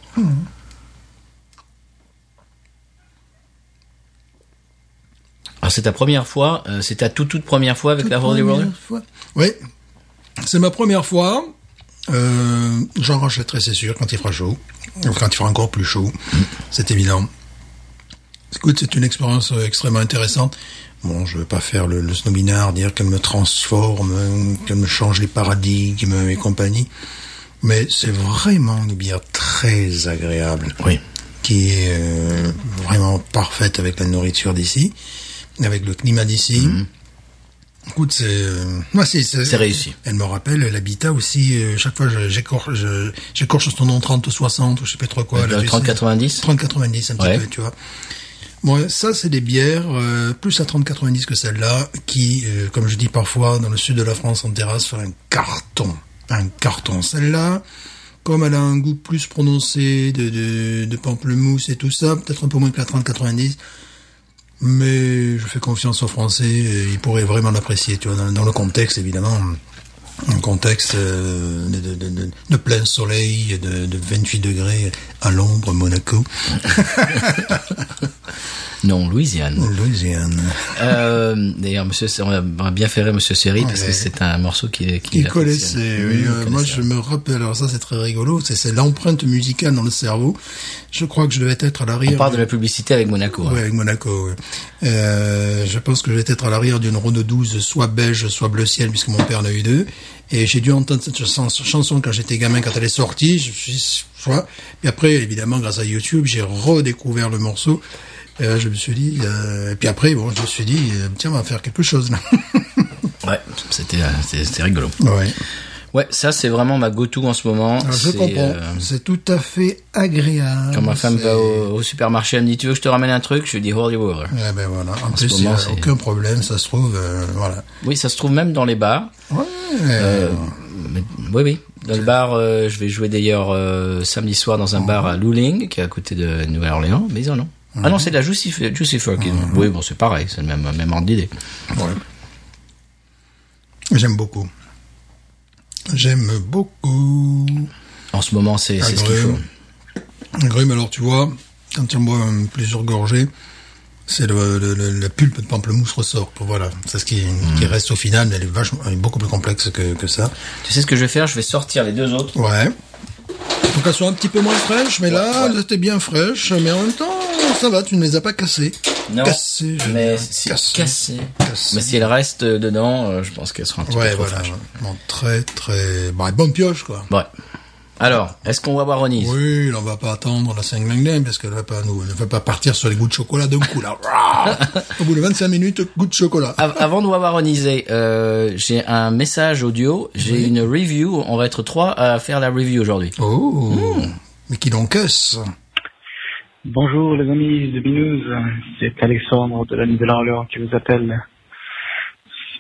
Speaker 1: Alors c'est ta première fois, euh, c'est ta toute toute première fois avec la Holy Roller.
Speaker 2: Oui. C'est ma première fois. Euh, J'en rachèterai, c'est sûr, quand il fera chaud. Ou quand il fera encore plus chaud. C'est évident. Écoute, c'est une expérience euh, extrêmement intéressante. Bon, je veux pas faire le, le snobinard, dire qu'elle me transforme, euh, qu'elle me change les paradigmes et compagnie. Mais c'est vraiment une bière très agréable
Speaker 1: Oui.
Speaker 2: qui est euh, vraiment parfaite avec la nourriture d'ici, avec le climat d'ici. Écoute, c'est euh, moi c'est
Speaker 1: Mhm. C'est réussi.
Speaker 2: Elle me rappelle l'habitat aussi. euh, chaque fois, je- j'écorche je- j'écorche son nom 30 60 ou je sais pas trop quoi.
Speaker 1: Le
Speaker 2: là, tu sais. [LAUGHS]
Speaker 1: 30-90.
Speaker 2: 30-90 un petit
Speaker 1: Ouais.
Speaker 2: peu, tu vois. Bon, ça c'est des bières euh, plus à 30-90 que celle-là qui, euh, comme je dis parfois, dans le sud de la France en terrasse, font un carton, un carton. Celle-là, comme elle a un goût plus prononcé de, de, de pamplemousse et tout ça, peut-être un peu moins que la 30-90, mais je fais confiance aux Français, et ils pourraient vraiment l'apprécier, tu vois, dans, dans le contexte évidemment. Un contexte euh, de, de, de- de- de plein soleil, de, de 28 degrés à l'ombre, Monaco,
Speaker 1: Non, Louisiane.
Speaker 2: Louisiane.
Speaker 1: Euh, D'ailleurs, monsieur, on a bien ferré Monsieur Seri parce que
Speaker 2: Ouais.
Speaker 1: c'est un morceau qui, qui
Speaker 2: Il
Speaker 1: l'apprécie.
Speaker 2: connaissait, oui.
Speaker 1: Il
Speaker 2: euh, moi,
Speaker 1: connaissait.
Speaker 2: je me rappelle, alors ça, c'est très rigolo, c'est c'est l'empreinte musicale dans le cerveau. Je crois que je devais être à l'arrière.
Speaker 1: On parle de
Speaker 2: du-
Speaker 1: la publicité avec Monaco. hein.
Speaker 2: Ouais, avec Monaco. ouais. Euh, je pense que je devais être à l'arrière d'une Renault 12, soit beige, soit bleu ciel, puisque mon père en a eu deux. Et j'ai dû entendre cette chanson, chanson quand j'étais gamin, quand elle est sortie. Je suis, je vois. Puis après, évidemment, grâce à YouTube, j'ai redécouvert le morceau. Euh, je me suis dit, euh, et puis après, bon, je me suis dit, euh, tiens, on va faire quelque chose là.
Speaker 1: Ouais, c'était euh, c'était c'était rigolo.
Speaker 2: ouais.
Speaker 1: Ouais, ça c'est vraiment ma go-to en ce moment.
Speaker 2: Alors, Ah, je
Speaker 1: C'est,
Speaker 2: comprends.
Speaker 1: euh,
Speaker 2: C'est tout à fait agréable.
Speaker 1: quand ma femme
Speaker 2: C'est-
Speaker 1: va au, au supermarché, elle me dit tu veux que je te ramène un truc, je lui dis holy water.
Speaker 2: Eh ben voilà. En,
Speaker 1: ce
Speaker 2: plus, il n'y
Speaker 1: moment,
Speaker 2: a
Speaker 1: c'est-
Speaker 2: aucun problème, ça se trouve. euh, voilà.
Speaker 1: Oui, ça se trouve même dans les bars.
Speaker 2: Ouais.
Speaker 1: Euh, Mais- oui, oui. Dans le bar, euh, je vais jouer d'ailleurs euh, samedi soir dans un
Speaker 2: Ah.
Speaker 1: bar à Luling, qui est à côté de Nouvelle-Orléans, mais ils en ont. Ah
Speaker 2: Mhm.
Speaker 1: non, c'est de la Juicy Juicy Fruit
Speaker 2: Ah,
Speaker 1: qu'ils ont. Oui, bon, c'est pareil, c'est le même, même ordre d'idée.
Speaker 2: Ouais. J'aime beaucoup. J'aime beaucoup.
Speaker 1: En ce moment, c'est c'est ce qu'il faut.
Speaker 2: Agrumes. Agrumes, alors tu vois, quand tu en bois euh, plusieurs gorgées, c'est le, le- le- la pulpe de pamplemousse ressort. Voilà. C'est ce qui, qui
Speaker 1: Mmh.
Speaker 2: reste au final, mais elle est, vachement, elle est beaucoup plus complexe que, que ça.
Speaker 1: Tu sais ce que je vais faire Je vais sortir les deux autres.
Speaker 2: Ouais. Faut qu'elles soient un petit peu moins fraîches, mais là, elles étaient bien fraîches, mais en même temps, ça va, tu ne les as pas cassées.
Speaker 1: Non,
Speaker 2: Cassées, je
Speaker 1: mais
Speaker 2: dis,
Speaker 1: si
Speaker 2: cassées.
Speaker 1: cassées.
Speaker 2: Cassées.
Speaker 1: Mais si elles restent dedans, euh, je pense qu'elles seront un petit
Speaker 2: Ouais,
Speaker 1: peu trop
Speaker 2: voilà.
Speaker 1: fraîches.
Speaker 2: Bon, très, très... Bon, bonne pioche, quoi.
Speaker 1: Ouais. Alors, est-ce qu'on va boire au Nice
Speaker 2: Oui, là, on va pas attendre la 5 parce qu'elle va pas nous, elle va pas partir sur les goûts de chocolat d'un coup, là. Rah Au bout de 25 minutes, goût de chocolat.
Speaker 1: Av- Avant de Wawaroniser, euh, j'ai un message audio, j'ai une review, on va être trois à faire la review aujourd'hui.
Speaker 2: Oh. Mais qui l'encaisse.
Speaker 3: Bonjour les amis de Binouze, c'est Alexandre de la Nouvelle-Orléans qui vous appelle.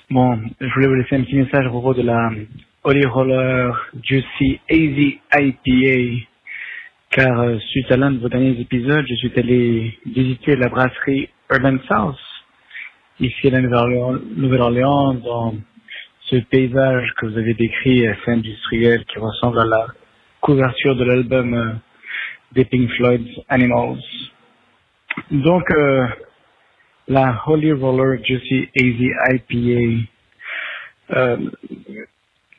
Speaker 3: Bon, je voulais vous laisser un petit message à propos de la Holy Roller Juicy Easy IPA, car euh, suite à l'un de vos derniers épisodes, je suis allé visiter la brasserie Urban South, ici à la Nouvelle-Orléans- Nouvelle-Orléans, dans ce paysage que vous avez décrit assez industriel qui ressemble à la couverture de l'album euh, des Pink Floyd's Animals. Donc, euh, la Holy Roller Juicy Easy IPA, euh,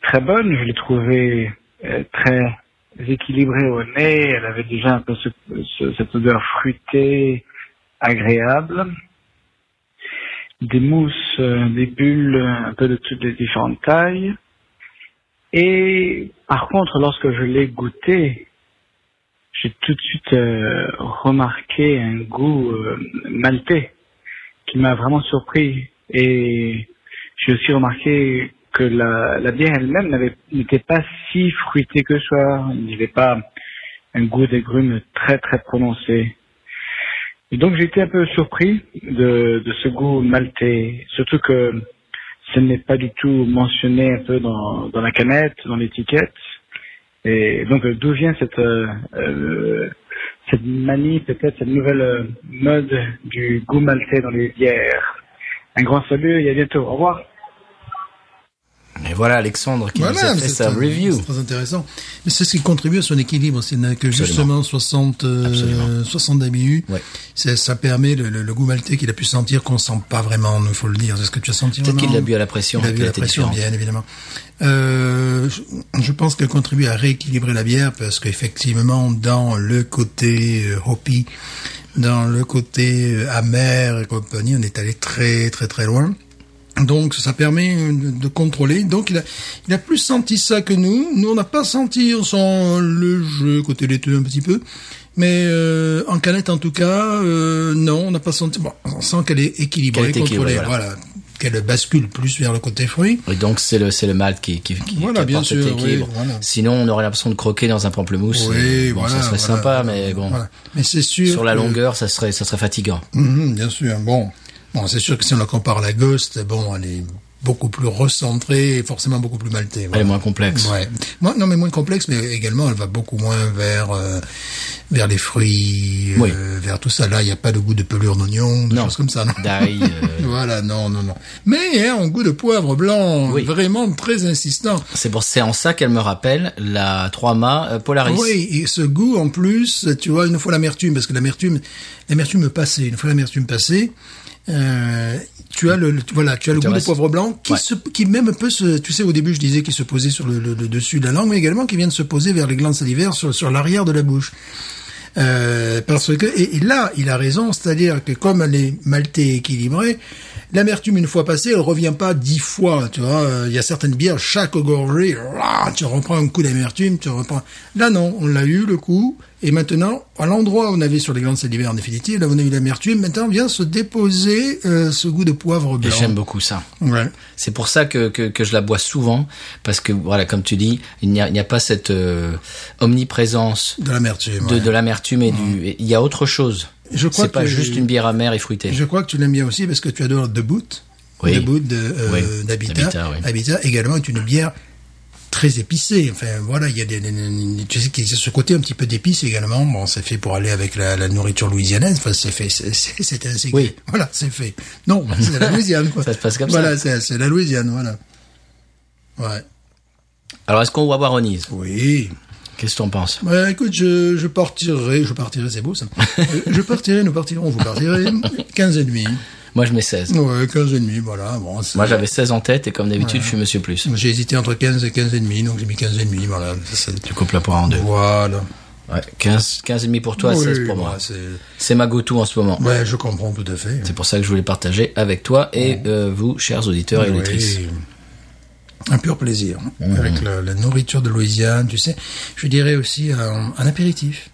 Speaker 3: très bonne, je l'ai trouvée euh, très équilibrée au nez, elle avait déjà un peu ce- ce- cette odeur fruitée, agréable, des mousses, euh, des bulles, euh, un peu de toutes les différentes tailles. Et par contre, lorsque je l'ai goûtée, j'ai tout de suite euh, remarqué un goût euh, maltais qui m'a vraiment surpris. Et j'ai aussi remarqué que la, la bière elle-même n'avait- n'était pas si fruitée que ça. Il n'y avait pas un goût d'agrumes très très prononcé. Et donc j'ai été un peu surpris de, de ce goût maltais, surtout que ce n'est pas du tout mentionné un peu dans, dans la canette, dans l'étiquette. Et donc euh, d'où vient cette euh, euh, cette manie, peut-être cette nouvelle euh, mode du goût maltais dans les bières. Un grand salut et à bientôt. Au revoir.
Speaker 1: Et voilà Alexandre qui nous
Speaker 2: Voilà,
Speaker 1: a fait
Speaker 2: Bah c'est
Speaker 1: sa
Speaker 2: très-
Speaker 1: review.
Speaker 2: c'est très intéressant. Mais c'est ce qui contribue à son équilibre. C'est n'a que
Speaker 1: Absolument.
Speaker 2: justement 60, euh,
Speaker 1: Absolument.
Speaker 2: 60 ABU.
Speaker 1: Ouais.
Speaker 2: Ça, ça permet le, le- le goût maltais qu'il a pu sentir qu'on sent pas vraiment, il faut le dire. C'est ce que tu as senti
Speaker 1: Peut-être
Speaker 2: vraiment
Speaker 1: qu'il l'a bu à la pression.
Speaker 2: Il a
Speaker 1: et
Speaker 2: bu
Speaker 1: qu'il
Speaker 2: à la
Speaker 1: était
Speaker 2: pression,
Speaker 1: différent.
Speaker 2: bien évidemment. Euh, je, je pense qu'elle contribue à rééquilibrer la bière parce qu'effectivement, dans le côté euh, hoppy, dans le côté euh, amer et compagnie, on est allé très très très loin. Donc ça permet euh, de, de contrôler. Donc il a, il a plus senti ça que nous. Nous on n'a pas senti, on sent le jeu côté laiteux un petit peu. Mais euh, en canette en tout cas, euh, non, on n'a pas senti. Bon, on sent qu'elle est équilibrée,
Speaker 1: Qu'elle est équilibrée,
Speaker 2: contrôlée. Voilà. Qu'elle bascule plus vers le côté fruit.
Speaker 1: Et donc c'est le c'est le malt qui qui, qui,
Speaker 2: Voilà,
Speaker 1: qui
Speaker 2: bien
Speaker 1: apporte cet
Speaker 2: sûr, oui,
Speaker 1: équilibre.
Speaker 2: voilà.
Speaker 1: Sinon on aurait l'impression de croquer dans un pamplemousse.
Speaker 2: Oui,
Speaker 1: Euh, bon,
Speaker 2: voilà.
Speaker 1: ça serait
Speaker 2: voilà,
Speaker 1: sympa,
Speaker 2: voilà,
Speaker 1: mais bon,
Speaker 2: voilà. Mais c'est sûr.
Speaker 1: sur la
Speaker 2: que-
Speaker 1: longueur ça serait ça serait fatigant.
Speaker 2: Mhm, bien sûr. Bon, bon, c'est sûr que si on la compare à la Ghost, bon, elle est beaucoup plus recentrée et forcément beaucoup plus maltaise.
Speaker 1: Elle est
Speaker 2: voilà.
Speaker 1: moins complexe.
Speaker 2: Ouais. Moi, non, mais moins complexe, mais également, elle va beaucoup moins vers euh, vers les fruits, euh,
Speaker 1: Oui.
Speaker 2: vers tout ça. Là, il n'y a pas de goût de pelure d'oignon, de
Speaker 1: Non.
Speaker 2: choses comme ça. Non
Speaker 1: D'ail, euh,
Speaker 2: [LAUGHS] voilà, non, non, non. Mais hein, un goût de poivre blanc,
Speaker 1: Oui.
Speaker 2: vraiment très insistant.
Speaker 1: c'est pour c'est en ça qu'elle me rappelle la 3 mâts euh, Polaris.
Speaker 2: Oui, et ce goût en plus, tu vois, une fois l'amertume, parce que l'amertume, l'amertume passée, une fois l'amertume passée, euh, tu as le, le- voilà, tu as le
Speaker 1: Tout
Speaker 2: goût de
Speaker 1: reste.
Speaker 2: poivre blanc qui
Speaker 1: Ouais.
Speaker 2: se, qui même peut se, tu sais, au début je disais qu'il se posait sur le, le- le dessus de la langue, mais également qui vient de se poser vers les glandes salivaires sur, sur l'arrière de la bouche. Euh, parce que et, et là, il a raison, c'est-à-dire que comme elle est maltée et équilibrée, l'amertume une fois passée, elle revient pas dix fois. Tu vois, Euh, il y a certaines bières, chaque gorgée, ouah, tu reprends un coup d'amertume, tu reprends. Là non, on l'a eu le coup, et maintenant à l'endroit où on avait sur les glandes salivaires en définitive, là on a eu l'amertume. Maintenant vient se déposer euh, ce goût de poivre
Speaker 1: Et
Speaker 2: blanc.
Speaker 1: J'aime beaucoup ça.
Speaker 2: Ouais.
Speaker 1: C'est pour ça que, que, que je la bois souvent, parce que voilà, comme tu dis, il n'y a, il n'y a pas cette euh, omniprésence
Speaker 2: De l'amertume.
Speaker 1: de,
Speaker 2: ouais.
Speaker 1: de l'amertume et du. et Il y a autre chose.
Speaker 2: Je crois
Speaker 1: C'est pas
Speaker 2: que-
Speaker 1: juste une bière amère et fruitée.
Speaker 2: Je crois que tu l'aimes bien aussi parce que tu adores The Boot.
Speaker 1: Oui.
Speaker 2: The Boot de, euh,
Speaker 1: Oui.
Speaker 2: d'Habitat.
Speaker 1: D'Habitat, oui.
Speaker 2: Habitat également est une bière très épicée. Enfin, voilà, il y a des, des- des- tu sais qu'il y a ce côté un petit peu d'épice également. Bon, c'est fait pour aller avec la, la nourriture louisianaise. Enfin, c'est fait, c'est, c'est, c'est ainsi. que-
Speaker 1: Oui.
Speaker 2: Voilà, c'est fait. Non, [LAUGHS] c'est la Louisiane, quoi.
Speaker 1: Ça se passe comme
Speaker 2: voilà,
Speaker 1: ça.
Speaker 2: c'est, c'est la Louisiane, voilà. Ouais.
Speaker 1: Alors est-ce qu'on va boire Onise
Speaker 2: Oui.
Speaker 1: Qu'est-ce que t'en penses
Speaker 2: Ouais, écoute, je, je partirai, je partirai, c'est
Speaker 1: [LAUGHS]
Speaker 2: beau ça. Euh, Je- je partirai, nous partirons, vous partirez. 15 et demi.
Speaker 1: Moi je mets 16.
Speaker 2: Ouais, 15 et demi, voilà. Bon, c'est-
Speaker 1: Moi j'avais 16 en tête et comme d'habitude je suis monsieur plus.
Speaker 2: J'ai hésité entre 15 et 15 et demi, donc j'ai mis 15 et demi, voilà. Ça, ça-
Speaker 1: Tu coupes la poire en deux.
Speaker 2: Voilà.
Speaker 1: Ouais. 15, 15 et demi pour toi,
Speaker 2: Oui,
Speaker 1: 16 pour moi.
Speaker 2: voilà, c'est-
Speaker 1: C'est ma go-to en ce moment.
Speaker 2: Ouais, je comprends tout à fait.
Speaker 1: C'est pour ça que je voulais partager avec toi et euh, vous, chers auditeurs et
Speaker 2: Oui.
Speaker 1: auditrices.
Speaker 2: Un pur plaisir. hein, Avec la, la nourriture de Louisiane, tu sais. Je dirais aussi un, un apéritif.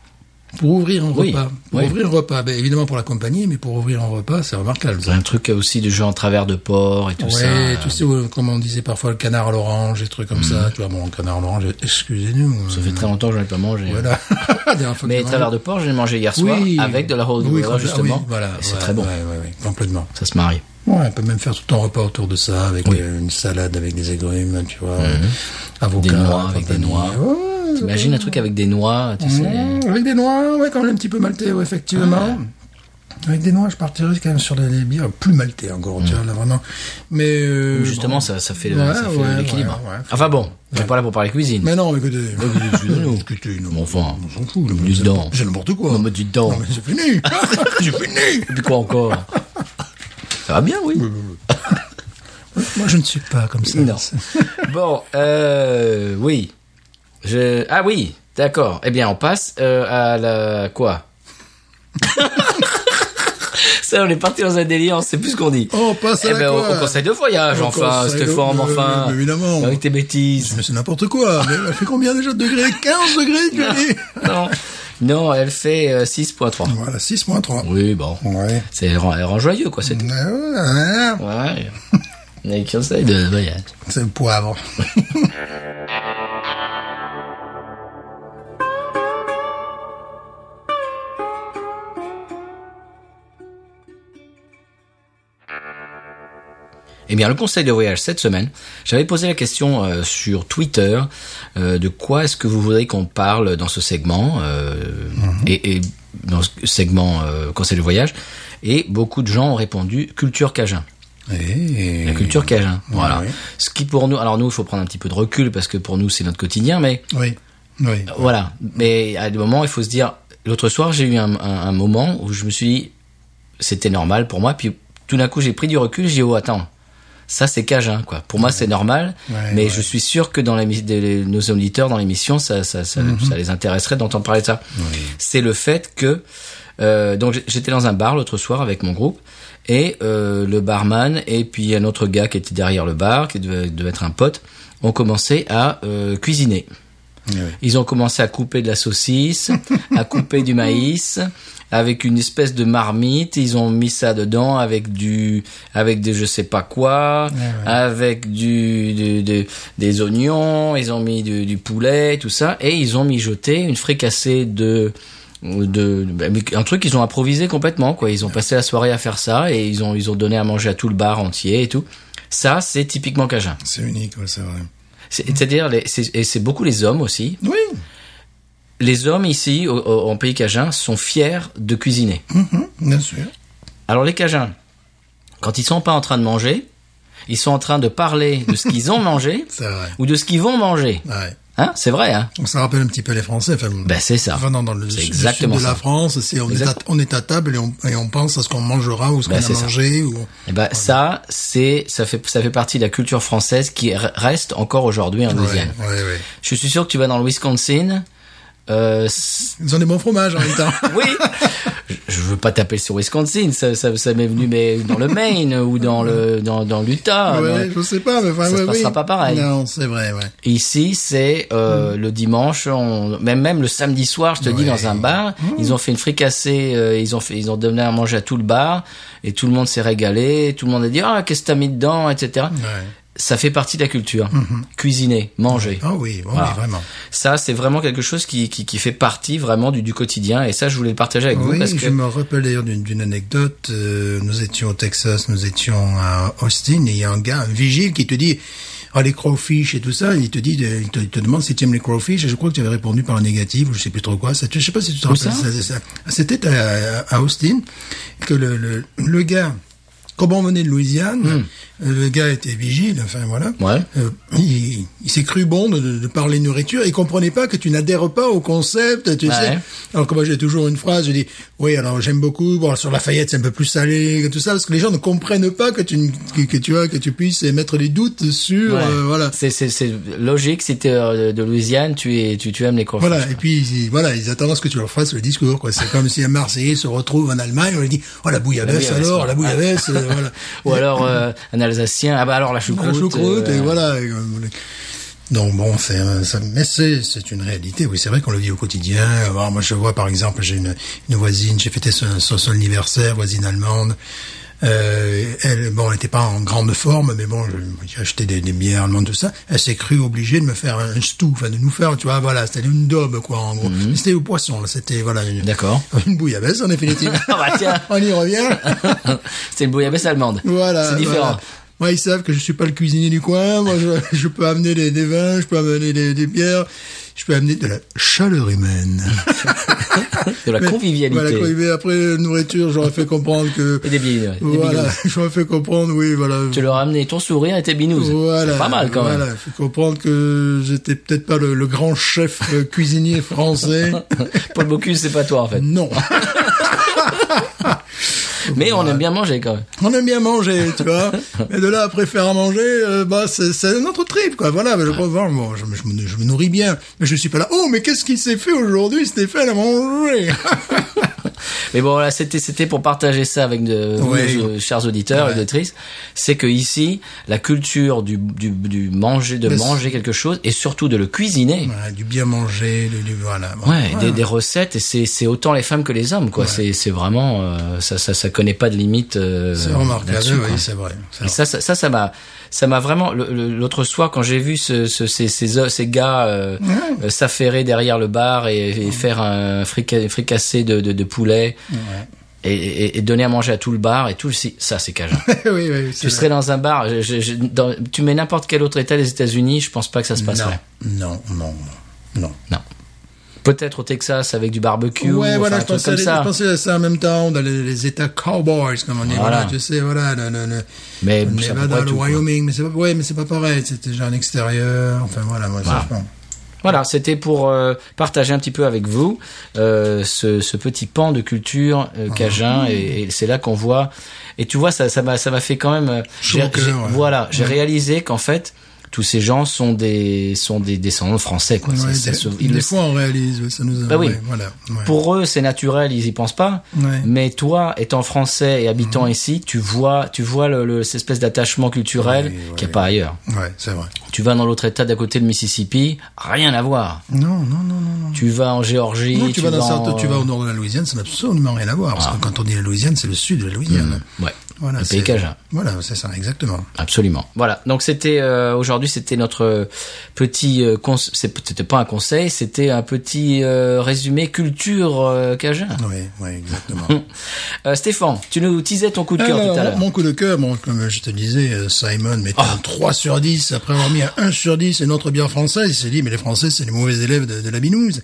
Speaker 2: Pour ouvrir un
Speaker 1: Oui,
Speaker 2: repas. Pour
Speaker 1: oui.
Speaker 2: ouvrir un repas. Ben, évidemment pour l'accompagner, mais pour ouvrir un repas, c'est remarquable.
Speaker 1: Un truc aussi de jeu en travers de porc et tout
Speaker 2: ouais,
Speaker 1: ça. Mm.
Speaker 2: tu sais, euh, comme on disait parfois, le canard à l'orange, des trucs comme ça. Tu vois, bon, le canard à l'orange, excusez-nous.
Speaker 1: Ça fait très longtemps que je n'en ai pas mangé. hein.
Speaker 2: Voilà. [LAUGHS] La dernière fois que
Speaker 1: Mais
Speaker 2: j'ai
Speaker 1: travers
Speaker 2: mangé.
Speaker 1: de porc, j'ai mangé hier soir avec de la Holy
Speaker 2: oui,
Speaker 1: Whale,
Speaker 2: complè- ah
Speaker 1: justement.
Speaker 2: oui, voilà,
Speaker 1: Et c'est
Speaker 2: ouais,
Speaker 1: très bon.
Speaker 2: Ouais, ouais, ouais, complètement.
Speaker 1: Ça se marie.
Speaker 2: Ouais, on peut même faire tout ton repas autour de ça avec
Speaker 1: Oui. Mhm.
Speaker 2: euh, une salade avec des agrumes, tu vois, euh, avocats,
Speaker 1: Des noix avec des noix.
Speaker 2: Ouais,
Speaker 1: T'imagines un truc avec des noix, tu sais.
Speaker 2: Mmh, avec des noix, ouais, quand même un petit peu maltais, ouais, effectivement. Avec des noix, je partirais quand même sur des des bières plus maltais encore, tu vois, là vraiment. Mais euh,
Speaker 1: Mhm. Justement,
Speaker 2: bon.
Speaker 1: ça, ça fait le-
Speaker 2: Ouais,
Speaker 1: ça fait
Speaker 2: ouais,
Speaker 1: l'équilibre.
Speaker 2: ouais, ouais.
Speaker 1: Enfin bon, on n'est pas là pour parler cuisine.
Speaker 2: Mais non, mais écoutez,
Speaker 1: excusez-nous.
Speaker 2: Écoutez,
Speaker 1: Bon, enfin,
Speaker 2: on s'en fout, là,
Speaker 1: dis
Speaker 2: c'est
Speaker 1: donc.
Speaker 2: n'importe- c'est n'importe quoi.
Speaker 1: Non, mais dis donc.
Speaker 2: Non, mais
Speaker 1: [LAUGHS]
Speaker 2: c'est fini, c'est fini.
Speaker 1: Et puis quoi encore
Speaker 2: [LAUGHS]
Speaker 1: Ça va bien, oui.
Speaker 2: Moi, je ne suis pas comme ça. [LAUGHS]
Speaker 1: Non. Bon, euh, oui. Je... Ah oui, d'accord. Eh bien, on passe euh, à la... Quoi [LAUGHS] Ça, on est parti dans un délire, on sait plus ce qu'on dit.
Speaker 2: On passe à
Speaker 1: eh
Speaker 2: la
Speaker 1: ben,
Speaker 2: quoi
Speaker 1: au, au conseil de voyage,
Speaker 2: Au
Speaker 1: enfin,
Speaker 2: conseil
Speaker 1: cette
Speaker 2: de-
Speaker 1: forme,
Speaker 2: euh,
Speaker 1: enfin.
Speaker 2: mais évidemment.
Speaker 1: Avec tes bêtises.
Speaker 2: [LAUGHS] Mais c'est n'importe quoi. Mais elle fait combien déjà de degrés 15 degrés, tu as dit
Speaker 1: non. Non, elle fait euh, 6.3.
Speaker 2: Voilà, 6.3.
Speaker 1: Oui, bon.
Speaker 2: Ouais.
Speaker 1: C'est elle rend elle rend joyeux, quoi, c'est tout.
Speaker 2: Ah, ouais,
Speaker 1: Ouais. Les conseils de voyage.
Speaker 2: C'est le poivre.
Speaker 1: Eh bien, le conseil de voyage cette semaine, j'avais posé la question euh, sur Twitter euh, de quoi est-ce que vous voudriez qu'on parle dans ce segment euh, et, et dans ce segment euh, conseil de voyage. Et beaucoup de gens ont répondu culture cajun.
Speaker 2: Et...
Speaker 1: La culture cajun, voilà.
Speaker 2: Ouais.
Speaker 1: Ce qui pour nous, alors nous, il faut prendre un petit peu de recul parce que pour nous, c'est notre quotidien, mais
Speaker 2: Oui. Oui.
Speaker 1: voilà. Mais à des moments, il faut se dire. L'autre soir, j'ai eu un, un- un moment où je me suis dit, c'était normal pour moi. Puis tout d'un coup, j'ai pris du recul. J'ai dit, oh attends, ça c'est cajun, quoi. Pour moi, c'est normal.
Speaker 2: Ouais,
Speaker 1: mais
Speaker 2: ouais.
Speaker 1: je suis sûr que dans l'émi- de- les- nos auditeurs dans l'émission, ça, ça, ça,
Speaker 2: Mhm.
Speaker 1: ça les intéresserait d'entendre parler de ça. C'est le fait que euh, donc j'- j'étais dans un bar l'autre soir avec mon groupe et euh, le barman et puis un autre gars qui était derrière le bar qui devait, devait être un pote ont commencé à euh, cuisiner.
Speaker 2: Oui.
Speaker 1: Ils ont commencé à couper de la saucisse, à couper du maïs, avec une espèce de marmite. Ils ont mis ça dedans avec du, avec des je sais pas quoi,
Speaker 2: ouais.
Speaker 1: avec du, du- de- des oignons. Ils ont mis du, du poulet, tout ça, et ils ont mijoté une fricassée de de bah, mais un truc qu'ils ont improvisé complètement quoi ils ont passé la soirée à faire ça et ils ont ils ont donné à manger à tout le bar entier et tout ça c'est typiquement cajun
Speaker 2: C'est unique, ouais, c'est vrai.
Speaker 1: c'est à dire et c'est beaucoup les hommes aussi
Speaker 2: Oui.
Speaker 1: les hommes ici, au- au- en pays cajun, sont fiers de cuisiner.
Speaker 2: Mhm, Bien sûr.
Speaker 1: Alors les cajuns, quand ils sont pas en train de manger, ils sont en train de parler de ce
Speaker 2: [LAUGHS]
Speaker 1: qu'ils ont mangé
Speaker 2: C'est vrai.
Speaker 1: ou de ce qu'ils vont manger.
Speaker 2: Ouais.
Speaker 1: Hein C'est vrai, hein
Speaker 2: On se rappelle un petit peu les Français. Enfin,
Speaker 1: Ben c'est ça.
Speaker 2: enfin, dans, dans le,
Speaker 1: C'est
Speaker 2: sud- le
Speaker 1: exactement
Speaker 2: sud de la
Speaker 1: ça.
Speaker 2: France, c'est on, est à,
Speaker 1: Exact-
Speaker 2: on est à table et on, et on pense à ce qu'on mangera ou ce
Speaker 1: Ben,
Speaker 2: qu'on
Speaker 1: c'est
Speaker 2: a
Speaker 1: ça.
Speaker 2: mangé. Ou...
Speaker 1: Eh ben ça, c'est ça fait ça fait partie de la culture française qui r- reste encore aujourd'hui
Speaker 2: Ouais,
Speaker 1: indonésienne.
Speaker 2: ouais, ouais.
Speaker 1: Je suis sûr que tu vas dans le Wisconsin. Euh, c-
Speaker 2: Ils ont des bons fromages en même
Speaker 1: [LAUGHS]
Speaker 2: temps.
Speaker 1: oui, je, je veux pas taper sur Wisconsin, ça, ça, ça m'est venu mais dans le Maine ou dans le dans, dans l'Utah. dans-
Speaker 2: ouais, je sais pas, mais enfin,
Speaker 1: Ah, Ça se
Speaker 2: ouais,
Speaker 1: passera
Speaker 2: oui.
Speaker 1: pas pareil.
Speaker 2: Non, c'est vrai, ouais.
Speaker 1: Ici, c'est euh, le dimanche, on, même même le samedi soir, je te dis,
Speaker 2: Hmm. Ouais. Hmm.
Speaker 1: dans un bar, ils ont fait une fricassée, euh, ils ont fait, ils ont donné à manger à tout le bar, et tout le monde s'est régalé, tout le monde a dit ah qu'est-ce que t'as mis dedans, etc.
Speaker 2: Ouais.
Speaker 1: Ça fait partie de la culture,
Speaker 2: Hmm.
Speaker 1: cuisiner, manger.
Speaker 2: Ah oui, oui,
Speaker 1: Voilà.
Speaker 2: oui, vraiment.
Speaker 1: Ça, c'est vraiment quelque chose qui, qui qui fait partie vraiment du du quotidien, et ça, je voulais le partager avec vous
Speaker 2: Oui,
Speaker 1: parce que
Speaker 2: je me rappelle d'ailleurs d'une d'une anecdote. euh, nous étions au Texas, nous étions à Austin, et il y a un gars, un vigile, qui te dit ah, les crawfish et tout ça. Il te dit, de- il te, il te demande si tu aimes les crawfish. Et je crois que tu avais répondu par un négatif ou je sais plus trop quoi. Ça, tu- je sais pas si tu te rappelles.
Speaker 1: ça
Speaker 2: ça, c'est ça. C'était à, à Austin que le, le, le gars, comme on venait de Louisiane, euh, le gars était vigile. Enfin voilà.
Speaker 1: Hmm. Ouais.
Speaker 2: Euh, il il s'est cru bon de, de parler nourriture. Il comprenait pas que tu n'adhères pas au concept. Tu
Speaker 1: Ouais.
Speaker 2: sais. Alors que moi j'ai toujours une phrase, je dis oui alors j'aime beaucoup, bon sur la Lafayette c'est un peu plus salé que tout ça, parce que les gens ne comprennent pas que tu ne- que, que tu as que tu puisses émettre des doutes sur
Speaker 1: Ouais.
Speaker 2: euh, voilà.
Speaker 1: c'est c'est c'est logique si t'es euh, de Louisiane, tu es tu tu aimes les courses.
Speaker 2: Voilà, et puis ils- voilà, ils attendent à ce que tu leur fasses le discours. quoi. C'est comme si un Marseillais se retrouve en Allemagne, on lui dit oh la bouillabaisse
Speaker 1: La bouillabaisse,
Speaker 2: alors,
Speaker 1: ouais.
Speaker 2: la bouillabaisse, euh,
Speaker 1: [LAUGHS]
Speaker 2: voilà.
Speaker 1: Ou alors euh, un Alsacien, ah bah alors la choucroute.
Speaker 2: La choucroute,
Speaker 1: euh,
Speaker 2: et voilà. et, euh, voilà. Donc bon, c'est un- ça, mais c'est c'est une réalité. Oui, c'est vrai qu'on le vit au quotidien. Alors, moi, je vois par exemple, j'ai une, une voisine, j'ai fêté son, son, son anniversaire, voisine allemande. Euh, elle, bon, elle n'était pas en grande forme, mais bon, je- j'ai acheté des, des bières allemandes, tout ça. Elle s'est crue obligée de me faire un stew, enfin de nous faire, tu vois, voilà, c'était une daube quoi, en gros. Mais C'était au poisson, là, c'était voilà, une,
Speaker 1: Mhm. D'accord.
Speaker 2: une bouillabaisse en définitive.
Speaker 1: [LAUGHS] Ah bah tiens.
Speaker 2: On y revient.
Speaker 1: [LAUGHS] c'est une bouillabaisse allemande.
Speaker 2: Voilà.
Speaker 1: C'est différent.
Speaker 2: voilà. Moi, ils savent que je suis pas le cuisinier du coin. Moi, je, [LAUGHS] je peux amener des, des vins, je peux amener des, des bières, je peux amener de la chaleur humaine.
Speaker 1: De la
Speaker 2: Mais,
Speaker 1: convivialité.
Speaker 2: Voilà, quand il y a après euh, nourriture, j'aurais fait comprendre que.
Speaker 1: Et [LAUGHS] des bigounes. des
Speaker 2: Voilà,
Speaker 1: bigounes.
Speaker 2: [LAUGHS] j'aurais fait comprendre, oui, voilà.
Speaker 1: Tu leur as amené ton sourire et tes binous.
Speaker 2: Voilà,
Speaker 1: C'est pas mal quand même.
Speaker 2: Voilà, fait comprendre que j'étais peut-être pas le, le grand chef euh,
Speaker 1: [LAUGHS]
Speaker 2: cuisinier français.
Speaker 1: Paul Bocuse, c'est pas toi en fait.
Speaker 2: Non.
Speaker 1: Mais on aime bien manger quand même.
Speaker 2: On aime bien manger, tu [LAUGHS] vois. Mais de là à préférer manger, euh, bah c'est c'est notre trip, quoi. Voilà, mais je crois bon, bon, je, me- je me, je me [LAUGHS] nourris bien, mais je suis pas là. Oh, mais qu'est-ce qui s'est fait aujourd'hui Stéphane a mangé
Speaker 1: Mais bon, là, c'était c'était pour partager ça avec de,
Speaker 2: Ouais.
Speaker 1: nos euh, chers auditeurs
Speaker 2: Ouais.
Speaker 1: et auditrices. C'est que ici, la culture du, du, du manger, de
Speaker 2: De-
Speaker 1: manger quelque chose et surtout de le cuisiner.
Speaker 2: Voilà, du bien manger, du, du- voilà. bon.
Speaker 1: Ouais, Des, des recettes et c'est c'est autant les femmes que les hommes quoi. C'est c'est vraiment euh, ça ça ça connaît pas de limite. euh,
Speaker 2: C'est remarquable,
Speaker 1: là-dessus, quoi.
Speaker 2: oui, c'est vrai. C'est
Speaker 1: Et ça, ça, ça, ça m'a, ça m'a vraiment. le- le- L'autre soir, quand j'ai vu ce, ce- ces, ces, ces gars euh, euh, s'affairer derrière le bar et, et faire un frica- fricassé de, de, de poulet et, et, et donner à manger à tout le bar et tout, si- ça, c'est
Speaker 2: [LAUGHS]
Speaker 1: cajun.
Speaker 2: vrai. oui, oui, c'est
Speaker 1: tu serais dans un bar, je- je- je- dans- tu mets n'importe quel autre État des États-Unis, je pense pas que ça se
Speaker 2: vrai.
Speaker 1: passerait.
Speaker 2: Non, non, non, non.
Speaker 1: Peut-être au Texas avec du barbecue,
Speaker 2: ouais,
Speaker 1: enfin,
Speaker 2: voilà,
Speaker 1: un
Speaker 2: je
Speaker 1: truc
Speaker 2: pensais,
Speaker 1: comme
Speaker 2: à-
Speaker 1: ça.
Speaker 2: je pensais à ça en même temps, dans les, les États cowboys, comme on dit. Voilà,
Speaker 1: Voilà.
Speaker 2: tu sais, voilà, le, le, le
Speaker 1: Mais
Speaker 2: le
Speaker 1: ça peut
Speaker 2: Nevada,
Speaker 1: pas
Speaker 2: le
Speaker 1: tout, quoi.
Speaker 2: Wyoming, mais c'est pas, ouais, mais c'est pas pareil. C'était déjà en extérieur. Enfin, voilà, moi, ça,
Speaker 1: Voilà.
Speaker 2: je pense.
Speaker 1: Voilà, c'était pour euh, partager un petit peu avec vous euh, ce, ce petit pan de culture euh, cajun et, et c'est là qu'on voit. Et tu vois, ça, ça m'a, ça m'a fait quand même. euh,
Speaker 2: Chaud
Speaker 1: j'ai-
Speaker 2: au cœur,
Speaker 1: j'ai-
Speaker 2: ouais.
Speaker 1: Voilà, j'ai réalisé qu'en fait, tous ces gens sont des sont des descendants de français. Quoi. C'est-
Speaker 2: Ouais,
Speaker 1: c'est-
Speaker 2: des,
Speaker 1: ce- ils
Speaker 2: des
Speaker 1: le-
Speaker 2: fois, on réalise, ouais, ça nous a.
Speaker 1: Bah oui.
Speaker 2: ouais, voilà. ouais.
Speaker 1: pour eux, c'est naturel, ils y pensent pas.
Speaker 2: Ouais. Mmh.
Speaker 1: Mais toi, étant français et habitant ici, tu vois, tu vois le, le- cette espèce d'attachement culturel
Speaker 2: Oui, oui.
Speaker 1: qu'il n'y a pas ailleurs.
Speaker 2: Ouais, c'est vrai.
Speaker 1: Tu vas dans l'autre état d'à côté de Mississippi, rien à voir.
Speaker 2: Non, non, non, non, non.
Speaker 1: Tu vas en Géorgie,
Speaker 2: Non, tu, vas dans
Speaker 1: en-
Speaker 2: certains- tu vas au nord de la Louisiane, ça n'a absolument rien à voir. Parce que quand on dit la Louisiane, c'est le sud de la Louisiane.
Speaker 1: Ouais. Hmm. Le
Speaker 2: Voilà, Ah, c'est-
Speaker 1: pays cajun.
Speaker 2: Voilà, c'est ça, exactement.
Speaker 1: Absolument. Voilà. Donc c'était euh, aujourd'hui c'était notre petit euh, conse- c'est peut-être pas un conseil, c'était un petit euh, résumé culture euh, cajun.
Speaker 2: Oui, oui,
Speaker 1: [LAUGHS]
Speaker 2: exactement.
Speaker 1: Euh, Stéphane, tu nous disais ton coup de cœur
Speaker 2: Alors,
Speaker 1: tout à l'heure. Ah.
Speaker 2: Mon coup de cœur, bon, comme je te disais, euh, Simon mettait un 3 sur 10 après avoir mis un 1 sur 10 et notre bière française. Il s'est dit, mais les Français, c'est les mauvais élèves de, de la binouse.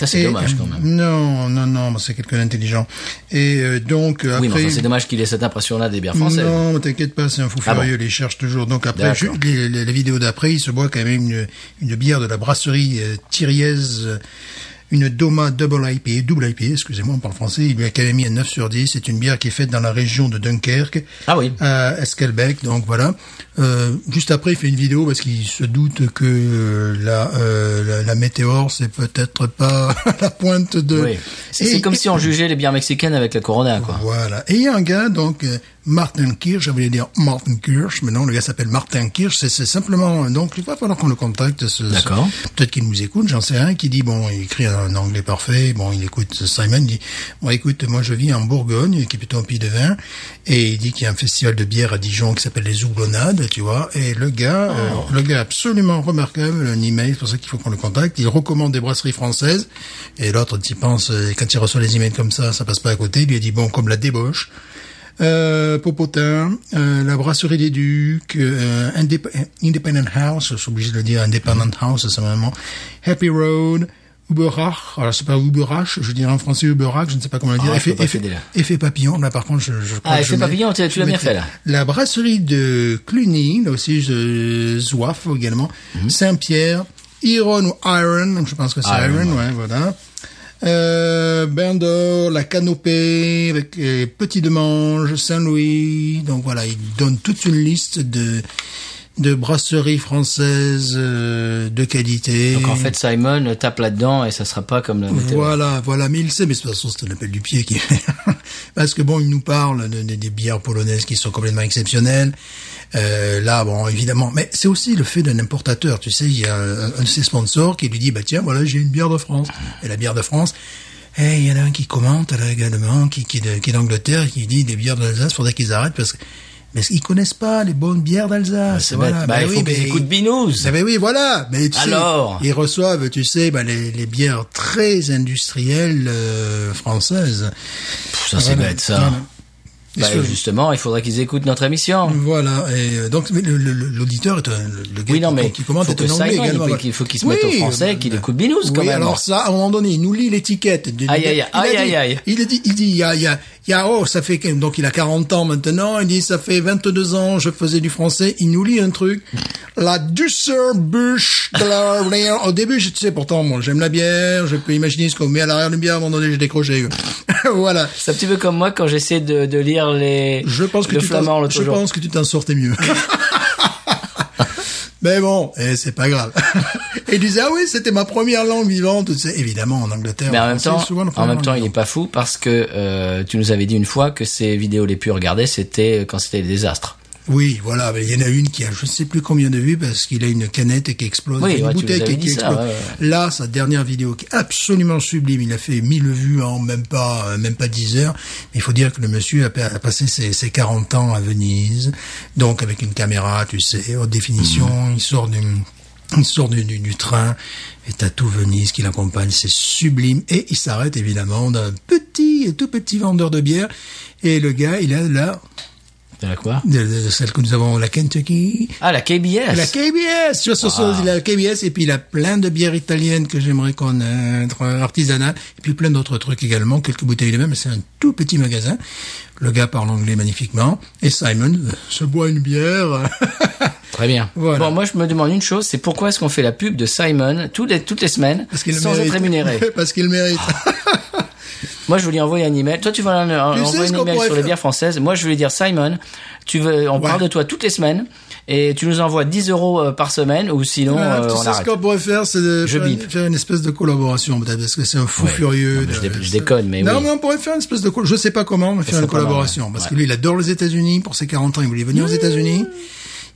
Speaker 1: Ça, c'est
Speaker 2: Et,
Speaker 1: dommage, quand
Speaker 2: euh,
Speaker 1: même.
Speaker 2: Non, non, non, mais c'est quelqu'un d'intelligent. Et euh, donc, euh,
Speaker 1: Oui, mais
Speaker 2: après...
Speaker 1: enfin, c'est dommage qu'il ait cette impression là des bières françaises.
Speaker 2: Non, t'inquiète pas, c'est un fou
Speaker 1: Ah
Speaker 2: furieux, il les cherche toujours. Donc après,
Speaker 1: D'accord.
Speaker 2: je- les, les- la vidéo d'après, il se boit quand même une, une bière de la brasserie euh, Thiriez, euh, une Doma Double IPA, double IPA, excusez-moi, on parle français, il lui a quand même mis un 9 sur 10, c'est une bière qui est faite dans la région de Dunkerque, euh,
Speaker 1: Ah oui.
Speaker 2: à Esquelbec, donc voilà. Euh, juste après, il fait une vidéo parce qu'il se doute que euh, la, euh, la, la météore, c'est peut-être pas [LAUGHS] la pointe de...
Speaker 1: Oui. C'est
Speaker 2: Euh, Et-
Speaker 1: c'est comme si on jugeait les bières mexicaines avec la Corona, quoi.
Speaker 2: voilà. Et il y a un gars, donc, euh, Martin Kirsch, j'allais dire Martin Kirsch, mais non, le gars s'appelle Martin Kirsch, c'est- c'est simplement, euh, donc, il va falloir qu'on le contacte. ce- ce-
Speaker 1: D'accord.
Speaker 2: Peut-être qu'il nous écoute, j'en sais rien, qui dit, bon, il écrit un anglais parfait, bon, il écoute Simon, il dit, bon, écoute, moi je vis en Bourgogne, qui est plutôt un pays de vin, et il dit qu'il y a un festival de bière à Dijon qui s'appelle les Houblonades, tu vois, et le gars, euh, le gars absolument remarquable, un email, c'est pour ça qu'il faut qu'on le contacte, il recommande des brasseries françaises, et l'autre, il pense, euh, quand il reçoit les emails comme ça, ça passe pas à côté, il lui a dit, bon, comme la débauche, euh, Popotin, euh, la brasserie des Ducs, euh, Indep- Independent House, je suis obligé de le dire, Independent House, c'est vraiment Happy Road, Uberach, alors c'est pas Uberach, je dirais en français Uberach, je ne sais pas comment le dire,
Speaker 1: Ah, je
Speaker 2: effet,
Speaker 1: peux pas
Speaker 2: effet,
Speaker 1: t'aider, là.
Speaker 2: effet papillon, là par contre je, je crois
Speaker 1: Ah,
Speaker 2: que
Speaker 1: effet
Speaker 2: je mets-
Speaker 1: papillon, tu- tu
Speaker 2: je
Speaker 1: l'as bien
Speaker 2: mettais-
Speaker 1: fait, là.
Speaker 2: La brasserie de Cluny, là aussi je, Zouaf également,
Speaker 1: Mhm.
Speaker 2: Saint-Pierre, Iron ou Iron, je pense que c'est
Speaker 1: Iron,
Speaker 2: Iron, ouais, voilà. Euh, Bandor, la canopée, avec les petits demanges, Saint-Louis. Donc voilà, il donne toute une liste de, de brasseries françaises euh, de qualité.
Speaker 1: Donc en fait, Simon tape là-dedans et ça sera pas comme la météo.
Speaker 2: Voilà, voilà, mais il sait, mais de toute façon, c'est un appel du pied qui [LAUGHS] Parce que bon, il nous parle de, de- des bières polonaises qui sont complètement exceptionnelles. Euh, là, bon, évidemment, mais c'est aussi le fait d'un importateur. Tu sais, il y a un, un de ses sponsors qui lui dit, bah tiens, voilà, j'ai une bière de France. Et la bière de France, eh, il y en a un qui commente là également, qui, qui, est de- qui est d'Angleterre, qui dit des bières d'Alsace, faudrait qu'ils arrêtent parce que mais ils connaissent pas les bonnes bières d'Alsace.
Speaker 1: C'est bête. Bah,
Speaker 2: mais
Speaker 1: il faut
Speaker 2: oui,
Speaker 1: qu'ils
Speaker 2: mais-
Speaker 1: écoutent Binous.
Speaker 2: ah ben oui, voilà. Mais tu sais,
Speaker 1: Alors
Speaker 2: ils reçoivent, tu sais, ben, les, les bières très industrielles euh, françaises.
Speaker 1: Pff, Ça, c'est
Speaker 2: Voilà.
Speaker 1: bête, ça.
Speaker 2: Voilà. Et
Speaker 1: Bah,
Speaker 2: sur-
Speaker 1: justement, il faudrait qu'ils écoutent notre émission.
Speaker 2: Voilà. Et euh, donc mais le- le- le- l'auditeur est un, le- le gars
Speaker 1: Oui, non,
Speaker 2: qui-
Speaker 1: mais
Speaker 2: qui commente
Speaker 1: faut
Speaker 2: est
Speaker 1: que
Speaker 2: un
Speaker 1: ça
Speaker 2: anglais
Speaker 1: aille, il
Speaker 2: également. euh,
Speaker 1: faut qu'il- faut qu'il se mette au français, qu'il écoute Binous, quand
Speaker 2: oui,
Speaker 1: même.
Speaker 2: Alors ça, à un moment donné, il nous lit l'étiquette. du- du-
Speaker 1: Aïe, aïe,
Speaker 2: il a
Speaker 1: aïe,
Speaker 2: dit-
Speaker 1: aïe, aïe.
Speaker 2: Il a dit, il dit, il y a, il y a, il y a, oh, ça fait, que- donc il a 40 ans maintenant, il dit, ça fait 22 ans, je faisais du français, il nous lit un truc. La douceur bûche de la bière. Au début, je tu sais, pourtant, moi, j'aime la bière, je peux imaginer ce qu'on met à l'arrière d'une bière, à un moment donné, j'ai décroché. [LAUGHS] voilà.
Speaker 1: C'est un petit peu comme moi quand j'essaie de, de lire les
Speaker 2: Je pense que
Speaker 1: le
Speaker 2: tu t'en-
Speaker 1: flamand l'autre
Speaker 2: je
Speaker 1: [LAUGHS] jour.
Speaker 2: pense que tu t'en sortais mieux. Mais bon, eh, c'est pas grave. [LAUGHS] et il disait, ah oui, c'était ma première langue vivante. Tu sais, évidemment, en Angleterre.
Speaker 1: Mais en même
Speaker 2: français,
Speaker 1: temps,
Speaker 2: souvent, la
Speaker 1: en
Speaker 2: première
Speaker 1: même
Speaker 2: langue
Speaker 1: temps, il est
Speaker 2: vivante.
Speaker 1: pas fou parce que euh, tu nous avais dit une fois que ces vidéos les plus regardées, c'était quand c'était des désastres.
Speaker 2: Oui, voilà. mais Il y en a une qui a je sais plus combien de vues parce qu'il a une canette et qui explose.
Speaker 1: Oui,
Speaker 2: une
Speaker 1: ouais, tu
Speaker 2: bouteille
Speaker 1: nous avais
Speaker 2: qui, qui
Speaker 1: dit ça,
Speaker 2: explose.
Speaker 1: ouais, ouais.
Speaker 2: Là, sa dernière vidéo qui est absolument sublime. Il a fait 1000 vues en même pas, euh, même pas 10 heures. Il faut dire que le monsieur a, pa- a passé ses, ses 40 ans à Venise. Donc, avec une caméra, tu sais, haute définition, il sort du, il sort du, du, du train et t'as tout Venise qui l'accompagne. C'est sublime. Et il s'arrête évidemment d'un petit, tout petit vendeur de bière. Et le gars, il a là,
Speaker 1: De la quoi
Speaker 2: de, de- de celle que nous avons, la Kentucky,
Speaker 1: Ah, la KBS.
Speaker 2: la KBS, tu vois, ce sauce,
Speaker 1: Ah.
Speaker 2: il a la KBS et puis il a plein de bières italiennes que j'aimerais connaître, euh, artisanales, et puis plein d'autres trucs également, quelques bouteilles de même, c'est un tout petit magasin. Le gars parle anglais magnifiquement, et Simon euh, se boit une bière. [LAUGHS]
Speaker 1: Très bien.
Speaker 2: Voilà.
Speaker 1: Bon, moi je me demande une chose, c'est pourquoi est-ce qu'on fait la pub de Simon toutes les, toutes les semaines
Speaker 2: Parce qu'il le
Speaker 1: sans
Speaker 2: mérite.
Speaker 1: être
Speaker 2: [LAUGHS]
Speaker 1: rémunéré
Speaker 2: Parce qu'il mérite.
Speaker 1: Moi je vais lui envoyer un email. Toi tu vas lui en-
Speaker 2: Tu sais
Speaker 1: envoyer
Speaker 2: ce
Speaker 1: un
Speaker 2: qu'on
Speaker 1: email
Speaker 2: pourrait
Speaker 1: sur les
Speaker 2: faire
Speaker 1: bières françaises. Moi je vais lui dire Simon, tu veux, on
Speaker 2: Ouais.
Speaker 1: parle de toi toutes les semaines et tu nous envoies 10 euros euh, par semaine ou sinon euh,
Speaker 2: Voilà, Ah, [LAUGHS] tu
Speaker 1: on
Speaker 2: sais ce
Speaker 1: arrête.
Speaker 2: qu'on pourrait faire, c'est de
Speaker 1: Je
Speaker 2: faire une,
Speaker 1: bip.
Speaker 2: faire une espèce de collaboration, peut-être, parce que c'est un fou
Speaker 1: Ouais.
Speaker 2: furieux.
Speaker 1: Non, mais je
Speaker 2: de-
Speaker 1: dé- je déconne, mais
Speaker 2: Non,
Speaker 1: oui.
Speaker 2: mais on pourrait faire une espèce de, col- je sais pas comment, mais faire
Speaker 1: serait
Speaker 2: une
Speaker 1: pas mal,
Speaker 2: collaboration,
Speaker 1: ouais.
Speaker 2: parce que
Speaker 1: Ouais. Mmh.
Speaker 2: lui, il adore les États-Unis, pour ses 40 ans, il voulait venir aux États-Unis.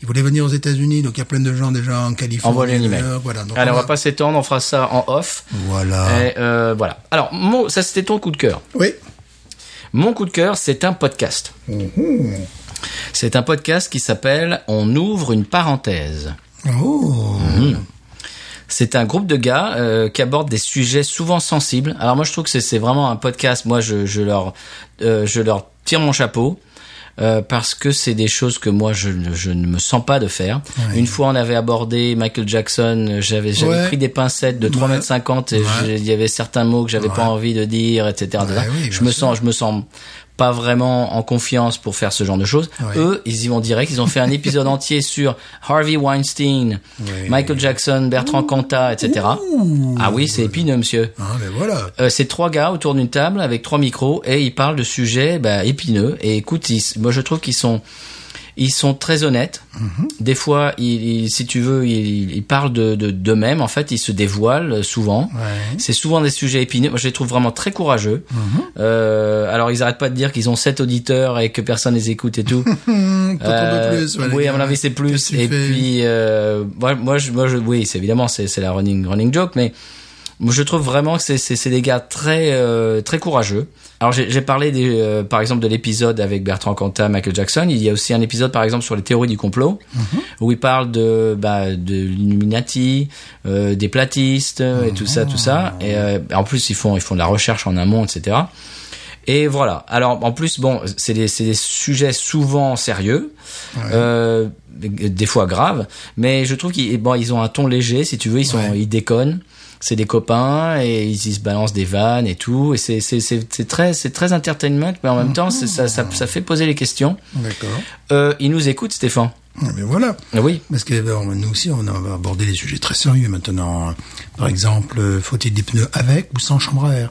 Speaker 2: Il voulait venir aux États-Unis, donc il y a plein de gens déjà en Californie.
Speaker 1: Envoie-lui un email.
Speaker 2: New York, Voilà. donc
Speaker 1: Allez, on
Speaker 2: on
Speaker 1: va
Speaker 2: a-
Speaker 1: pas s'étendre, on fera ça en off.
Speaker 2: Voilà.
Speaker 1: Et, euh, voilà. Alors, mon, ça c'était ton coup de cœur.
Speaker 2: Oui.
Speaker 1: Mon coup de cœur, c'est un podcast. C'est un podcast qui s'appelle On ouvre une parenthèse.
Speaker 2: Oh.
Speaker 1: C'est un groupe de gars euh, qui abordent des sujets souvent sensibles. Alors moi je trouve que c'est- c'est vraiment un podcast. Moi je, je leur euh, je leur tire mon chapeau. euh, parce que c'est des choses que moi je, ne- je ne me sens pas de faire.
Speaker 2: Ouais.
Speaker 1: Une fois on avait abordé Michael Jackson, euh, j'avais j'avais
Speaker 2: Ouais.
Speaker 1: pris des pincettes de 3
Speaker 2: Ouais.
Speaker 1: mètres 50 et
Speaker 2: Ouais.
Speaker 1: j'ai- il y avait certains mots que j'avais pas envie de dire, etc.
Speaker 2: Ouais, oui, bien
Speaker 1: je me
Speaker 2: sûr.
Speaker 1: sens je me sens pas vraiment en confiance pour faire ce genre de choses.
Speaker 2: Ouais.
Speaker 1: Eux, ils y vont direct. Ils ont fait un épisode entier sur Harvey Weinstein,
Speaker 2: Ouais.
Speaker 1: Michael Jackson, Bertrand Cantat, etc. Ah oui, c'est épineux, monsieur.
Speaker 2: Ah, mais voilà.
Speaker 1: Euh, c'est trois gars autour d'une table avec trois micros et ils parlent de sujets bah, épineux. Et écoute, ils- moi je trouve qu'ils sont ils sont très honnêtes. Des fois, ils, ils- si tu veux, ils, ils parlent de de- d'eux-mêmes. en fait, ils se dévoilent euh, souvent.
Speaker 2: Ouais.
Speaker 1: C'est souvent des sujets épineux. Moi, je les trouve vraiment très courageux. Euh, alors, ils arrêtent pas de dire qu'ils ont sept auditeurs et que personne les écoute et tout.
Speaker 2: Hum, Peut-on
Speaker 1: Euh,
Speaker 2: de plus. voilà,
Speaker 1: oui,
Speaker 2: les
Speaker 1: à mon
Speaker 2: gars.
Speaker 1: avis, c'est
Speaker 2: Qu'est-ce
Speaker 1: plus.
Speaker 2: que tu
Speaker 1: Et
Speaker 2: fais
Speaker 1: puis, euh, moi, moi, je, moi, je, oui, c'est évidemment, c'est c'est la running, running joke, mais moi, je trouve vraiment que c'est- c'est c'est des gars très, euh, très courageux. Alors, j'ai j'ai parlé, des, euh, par exemple, de l'épisode avec Bertrand Cantat, Michael Jackson. Il y a aussi un épisode, par exemple, sur les théories du complot,
Speaker 2: Mhm.
Speaker 1: où il parle de, bah, de l'Illuminati, euh, des platistes, et tout ça, tout ça.
Speaker 2: Ah.
Speaker 1: Et euh, en plus, ils font, ils font de la recherche en amont, etc. Et voilà. Alors en plus, bon, c'est des, c'est des sujets souvent sérieux, euh, des fois graves, mais je trouve qu'ils bon, ils ont un ton léger, si tu veux, ils sont,
Speaker 2: Ouais.
Speaker 1: ils déconnent. C'est des copains et ils, ils se balancent des vannes et tout. Et c'est c'est c'est c'est très c'est très entertainment, mais en même temps, c'est- ça, ça ça fait poser les questions.
Speaker 2: D'accord.
Speaker 1: Euh, ils nous écoutent, Stéphane.
Speaker 2: Ah, Mais voilà.
Speaker 1: Oui.
Speaker 2: Parce que ben, on- nous aussi, on va aborder des sujets très sérieux maintenant. Par exemple, euh, faut-il des pneus avec ou sans chambre à air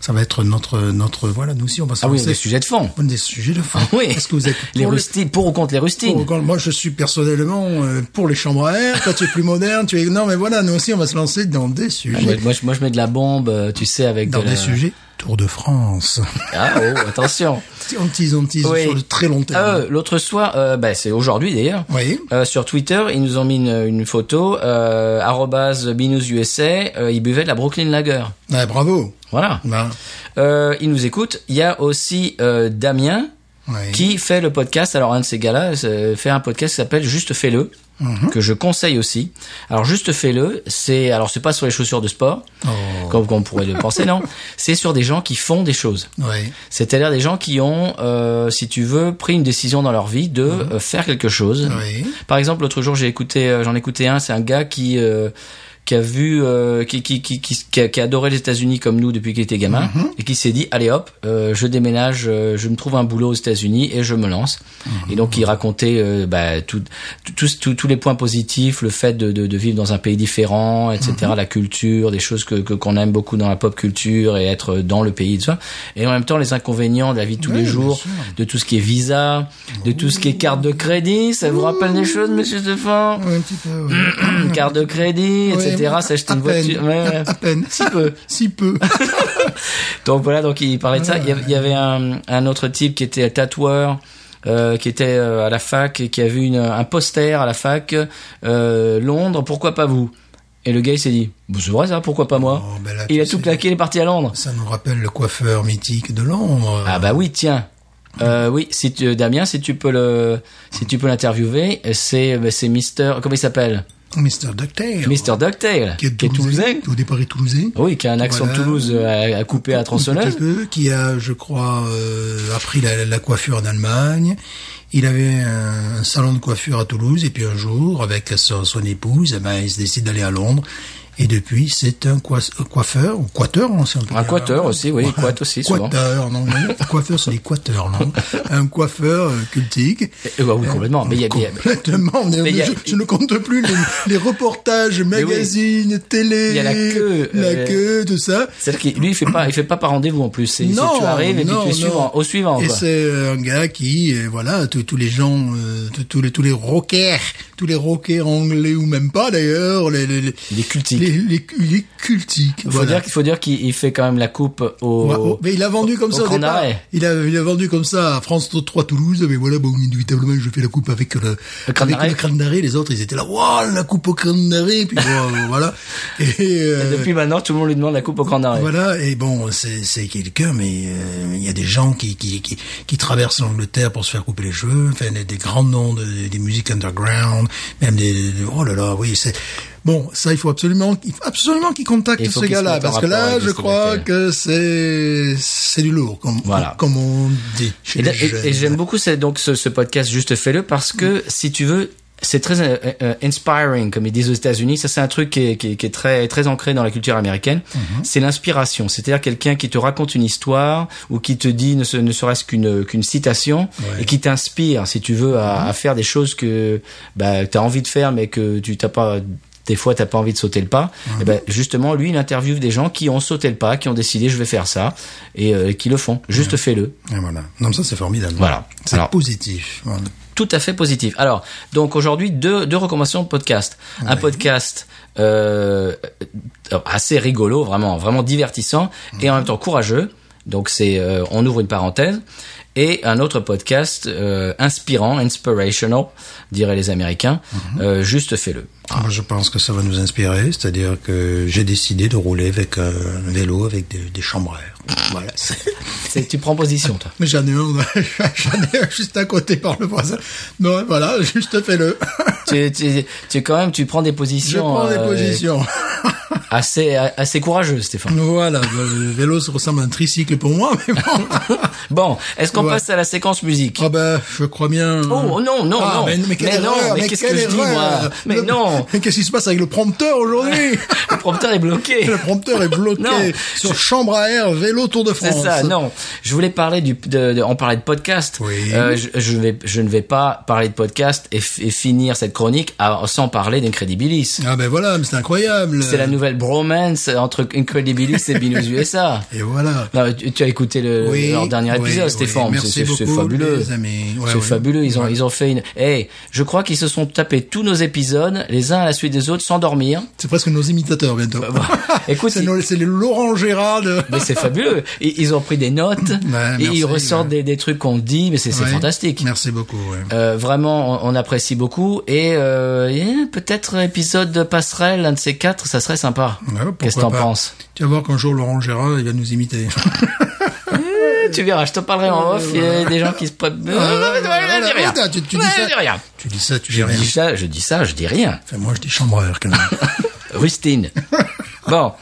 Speaker 2: Ça va être notre notre voilà. Nous aussi, on va se
Speaker 1: Ah oui,
Speaker 2: lancer
Speaker 1: des sujets de fond.
Speaker 2: sur des sujets de fond.
Speaker 1: [LAUGHS] Oui.
Speaker 2: Est-ce que vous êtes
Speaker 1: les
Speaker 2: pour le-
Speaker 1: rusti- pour ou contre les rustines
Speaker 2: pour- quand- moi, je suis personnellement euh, pour les chambres à air. Toi, tu es plus moderne. Tu es non, mais voilà, nous aussi, on va se lancer dans
Speaker 1: Ah,
Speaker 2: des
Speaker 1: moi,
Speaker 2: sujets,
Speaker 1: moi, je- moi, je mets de la bombe, euh, tu sais, avec
Speaker 2: dans
Speaker 1: de la-
Speaker 2: des sujets Tour de
Speaker 1: [LAUGHS]
Speaker 2: France.
Speaker 1: Ah oh,
Speaker 2: [LAUGHS]
Speaker 1: attention.
Speaker 2: on tease, on tease
Speaker 1: Oui.
Speaker 2: sur le très long terme.
Speaker 1: Ah, euh, L'autre soir, euh, bah, c'est aujourd'hui d'ailleurs.
Speaker 2: Oui.
Speaker 1: Euh, sur Twitter, ils nous ont mis une, une photo. Euh, arrobase binoususa, euh, ils buvaient de la Brooklyn Lager.
Speaker 2: Ouais, Ah, bravo.
Speaker 1: Voilà.
Speaker 2: Ben,
Speaker 1: Euh, ils nous écoutent. Il y a aussi euh, Damien
Speaker 2: oui.
Speaker 1: qui fait le podcast. Alors un de ces gars-là euh, fait un podcast qui s'appelle Juste fais-le,
Speaker 2: Mhm.
Speaker 1: que je conseille aussi. Alors Juste fais-le, c'est alors c'est pas sur les chaussures de sport,
Speaker 2: Oh.
Speaker 1: comme on pourrait le penser, non. C'est sur des gens qui font des choses.
Speaker 2: Oui.
Speaker 1: C'est-à-dire des gens qui ont, euh, si tu veux, pris une décision dans leur vie de euh, faire quelque chose.
Speaker 2: Oui.
Speaker 1: Par exemple, l'autre jour, j'ai écouté, euh, j'en écoutais un, c'est un gars qui euh, qui a vu, euh, qui, qui, qui, qui, qui a, qui a adoré les États-Unis comme nous depuis qu'il était gamin,
Speaker 2: Mhm.
Speaker 1: et qui s'est dit, allez hop, euh, je déménage, euh, je me trouve un boulot aux États-Unis et je me lance.
Speaker 2: Mhm.
Speaker 1: Et donc il racontait euh, bah, tout, tout- tous- tous- tous les points positifs, le fait de, de, de vivre dans un pays différent, etc.,
Speaker 2: Mhm.
Speaker 1: la culture, des choses que que- qu'on aime beaucoup dans la pop culture et être dans le pays, tout ça. Et en même temps les inconvénients de la vie de tous
Speaker 2: Oui,
Speaker 1: les
Speaker 2: bien
Speaker 1: jours,
Speaker 2: sûr.
Speaker 1: de tout ce qui est visa, de tout ce qui est carte de crédit. Ça vous rappelle des choses, Monsieur Stéphane
Speaker 2: Ouais, un petit peu.
Speaker 1: [COUGHS] [CLEARS THROAT]
Speaker 2: ouais.
Speaker 1: Carte de crédit,
Speaker 2: Ouais,
Speaker 1: etc. S'acheter
Speaker 2: à
Speaker 1: une
Speaker 2: peine,
Speaker 1: voiture. Ouais, ouais.
Speaker 2: À peine.
Speaker 1: Si
Speaker 2: [LAUGHS]
Speaker 1: peu.
Speaker 2: Si peu.
Speaker 1: Ah. Donc voilà, donc il parlait de ça. Il y avait, il y avait un, un autre type qui était tatoueur. euh, qui était euh, à la fac et qui a vu une- un poster à la fac euh, Londres pourquoi pas vous et le gars il s'est dit Bon, c'est vrai ça pourquoi pas moi
Speaker 2: Oh, ben là,
Speaker 1: il
Speaker 2: tu
Speaker 1: a tout
Speaker 2: sais,
Speaker 1: plaqué il est parti à Londres
Speaker 2: Ça nous rappelle le coiffeur mythique de Londres.
Speaker 1: ah bah oui tiens euh, oui si tu, Damien si tu peux le si tu peux l'interviewer c'est bah, c'est Mister comment il s'appelle
Speaker 2: Mr. Ducktail.
Speaker 1: Mister Ducktail qui est toulousain
Speaker 2: Qui est au départ est toulousain.
Speaker 1: oui qui a un accent de
Speaker 2: Voilà.
Speaker 1: Toulouse euh, à, à couper à la tronçonneuse
Speaker 2: Tout à fait, Qui a, je crois, euh, appris la, la coiffure en Allemagne. Il avait un, un salon de coiffure à Toulouse et puis un jour, avec son, son épouse, eh ben, il se décide d'aller à Londres. Et depuis, c'est un coi- euh, coiffeur ou coiffeur, on sait un peu.
Speaker 1: Un
Speaker 2: dire.
Speaker 1: coiffeur aussi, oui, il coiffe aussi, souvent.
Speaker 2: Coiffeur, non, mais coiffeur, c'est les coiffeurs,
Speaker 1: [LAUGHS]
Speaker 2: non Un coiffeur euh, cultique.
Speaker 1: Eh ben oui, complètement. Mais il y a- il y a-
Speaker 2: complètement. on est-
Speaker 1: Mais il y a-
Speaker 2: je, je ne compte plus les, les reportages,
Speaker 1: oui.
Speaker 2: magazines, télé,
Speaker 1: Il y a la queue,
Speaker 2: la
Speaker 1: euh,
Speaker 2: queue, tout ça.
Speaker 1: C'est-à-dire que lui, il fait pas, il fait pas par rendez-vous en plus. C'est
Speaker 2: Non,
Speaker 1: c'est tu arrives et puis
Speaker 2: non,
Speaker 1: tu es
Speaker 2: non.
Speaker 1: suivant, au suivant.
Speaker 2: Et
Speaker 1: quoi.
Speaker 2: c'est euh, un gars qui, euh, voilà, tous tous les gens, euh, tous- tous les tous les rockers, tous les rockers anglais ou même pas d'ailleurs, les les les,
Speaker 1: Il est cultique.
Speaker 2: les, les- les cultiques.
Speaker 1: Il faut
Speaker 2: voilà.
Speaker 1: dire qu'il faut dire qu'il il fait quand même la coupe
Speaker 2: Ouais,
Speaker 1: au.
Speaker 2: oh, mais il a vendu comme
Speaker 1: au
Speaker 2: ça au
Speaker 1: Grand
Speaker 2: départ.
Speaker 1: Arrêt.
Speaker 2: Il a, il a vendu comme ça à France 3 Toulouse, mais voilà, bon, indubitablement, je fais la coupe avec le,
Speaker 1: Le crâne
Speaker 2: avec
Speaker 1: d'arrêt.
Speaker 2: le crâne d'arrêt. Les autres, ils étaient là, waouh, la coupe au crâne d'arrêt, puis bon, voilà. Et, euh,
Speaker 1: Depuis maintenant, tout le monde lui demande la coupe au grand arrêt.
Speaker 2: Voilà, et bon, c'est c'est quelqu'un, mais euh, il y a des gens qui, qui, qui, qui traversent l'Angleterre pour se faire couper les cheveux, enfin, des, des grands noms de- des musiques underground, même des... des- Oh là là, oui, c'est... Bon, ça, il faut absolument, il faut absolument qu'il contacte
Speaker 1: Et il faut
Speaker 2: ce
Speaker 1: qu'il se
Speaker 2: gars-là,
Speaker 1: mette en
Speaker 2: parce que
Speaker 1: rapport
Speaker 2: là,
Speaker 1: avec
Speaker 2: je
Speaker 1: Mr.
Speaker 2: crois
Speaker 1: Ducktail.
Speaker 2: que c'est c'est du lourd, comme,
Speaker 1: Voilà.
Speaker 2: comme on dit chez
Speaker 1: Et,
Speaker 2: les
Speaker 1: là- et-
Speaker 2: jeunes.
Speaker 1: et j'aime beaucoup c'est donc ce, ce podcast juste fais-le parce que si tu veux c'est très euh, euh, inspiring comme ils disent aux États-Unis ça c'est un truc qui est, qui est- qui est très très ancré dans la culture américaine
Speaker 2: Mm-hmm.
Speaker 1: c'est l'inspiration c'est-à-dire quelqu'un qui te raconte une histoire ou qui te dit ne, se- ne serait-ce qu'une qu'une citation
Speaker 2: Ouais. Mm-hmm.
Speaker 1: et qui t'inspire si tu veux à, à faire des choses que bah tu as envie de faire mais que tu t'as pas des fois t'as pas envie de sauter le pas
Speaker 2: Mm-hmm.
Speaker 1: et ben justement lui il interviewe des gens qui ont sauté le pas qui ont décidé je vais faire ça et euh, qui le font juste fais-le
Speaker 2: Et voilà. Non, mais ça, c'est formidable.
Speaker 1: Voilà.
Speaker 2: C'est
Speaker 1: Alors-
Speaker 2: positif. Voilà.
Speaker 1: tout à fait positif. Alors, donc aujourd'hui, deux, deux recommandations de podcast. Un podcast euh, euh, assez rigolo, vraiment, vraiment divertissant et en même temps courageux. Donc c'est, euh, on ouvre une parenthèse. Et un autre podcast euh, inspirant, inspirational, diraient les Américains.
Speaker 2: Mhm.
Speaker 1: Euh, juste fais-le.
Speaker 2: Moi, je pense que ça va nous inspirer, c'est-à-dire que j'ai décidé de rouler avec un vélo avec des, des chambres à air. Voilà. c'est-
Speaker 1: C'est- Tu prends position, toi.
Speaker 2: [LAUGHS] Mais j'en ai un, [LAUGHS] j'en ai un juste à côté par le voisin. Non, voilà, [LAUGHS] juste fais-le.
Speaker 1: tu, tu, tu quand même, tu prends des positions,
Speaker 2: Je prends des
Speaker 1: euh,
Speaker 2: positions.
Speaker 1: assez, assez courageuses, Stéphane.
Speaker 2: Voilà, ben, le vélo, ça ressemble à un tricycle pour moi, mais bon. [LAUGHS]
Speaker 1: Bon, est-ce qu'on
Speaker 2: Ouais.
Speaker 1: passe à la séquence musique
Speaker 2: Ah ben, je crois bien.
Speaker 1: Oh non, non,
Speaker 2: Ah,
Speaker 1: non.
Speaker 2: mais, mais quelle
Speaker 1: Mais non,
Speaker 2: erreur,
Speaker 1: mais qu'est-ce que
Speaker 2: quelle
Speaker 1: je dis, moi
Speaker 2: erreur.
Speaker 1: Mais
Speaker 2: Le-
Speaker 1: non.
Speaker 2: [LAUGHS] Mais qu'est-ce qui se passe avec le prompteur aujourd'hui
Speaker 1: Le prompteur est
Speaker 2: [LAUGHS]
Speaker 1: bloqué.
Speaker 2: Le prompteur est bloqué
Speaker 1: Non,
Speaker 2: sur chambre à air, vélo, Tour de
Speaker 1: C'est
Speaker 2: France.
Speaker 1: ça, non. Je voulais parler du, de, de- on parlait de podcast.
Speaker 2: Oui.
Speaker 1: Euh, je, je vais, je ne vais pas parler de podcast et, f- et finir cette chronique à- sans parler d'Incredibilis.
Speaker 2: Ah ben voilà, mais c'est incroyable.
Speaker 1: C'est la nouvelle bromance entre Incredibilis et Binous
Speaker 2: [LAUGHS]
Speaker 1: USA.
Speaker 2: Et voilà.
Speaker 1: Non, mais tu, tu as écouté le, leur dernier
Speaker 2: oui,
Speaker 1: épisode,
Speaker 2: oui.
Speaker 1: Stéphane.
Speaker 2: Merci
Speaker 1: C'est- c'est- C'est
Speaker 2: beaucoup,
Speaker 1: fabuleux.
Speaker 2: les amis. Ouais,
Speaker 1: c'est
Speaker 2: ouais.
Speaker 1: fabuleux. Ils ont,
Speaker 2: Ouais.
Speaker 1: ils ont fait une. Eh, je crois qu'ils se sont tapés tous nos épisodes, les uns à la suite des autres, sans
Speaker 2: [LAUGHS]
Speaker 1: dormir.
Speaker 2: C'est presque nos imitateurs bientôt.
Speaker 1: Bah, Écoute,
Speaker 2: [LAUGHS] c'est
Speaker 1: ils-
Speaker 2: nos- c'est le Laurent Gérard. de- [LAUGHS]
Speaker 1: Mais c'est fabuleux. Ils, ils ont pris des notes et
Speaker 2: merci,
Speaker 1: ils ressortent
Speaker 2: ouais.
Speaker 1: des, des trucs qu'on dit, mais c'est c'est
Speaker 2: Ouais.
Speaker 1: fantastique.
Speaker 2: Merci beaucoup. ouais.
Speaker 1: Euh, vraiment, on, on apprécie beaucoup et euh, eh, peut-être un épisode de passerelle, un de ces quatre, ça serait sympa.
Speaker 2: Ouais, pourquoi
Speaker 1: Qu'est-ce que t'en
Speaker 2: pas.
Speaker 1: penses
Speaker 2: Tu vas voir qu'un jour Laurent Gérard, il va
Speaker 1: [LAUGHS]
Speaker 2: nous imiter.
Speaker 1: Eh, Tu verras, je te parlerai en off. Il y a des gens qui se préparent. Non, non, non, non,
Speaker 2: ouais,
Speaker 1: dis
Speaker 2: ouais,
Speaker 1: rien.
Speaker 2: attends, Ah, tu- tu dis
Speaker 1: Ouais,
Speaker 2: ça-
Speaker 1: dis rien.
Speaker 2: tu dis ça, tu dis
Speaker 1: Je
Speaker 2: rien.
Speaker 1: dis ça, je dis ça, je dis rien. [LAUGHS]
Speaker 2: [LAUGHS] Enfin, moi, je dis chambre à air quand même.
Speaker 1: Rustine. Bon.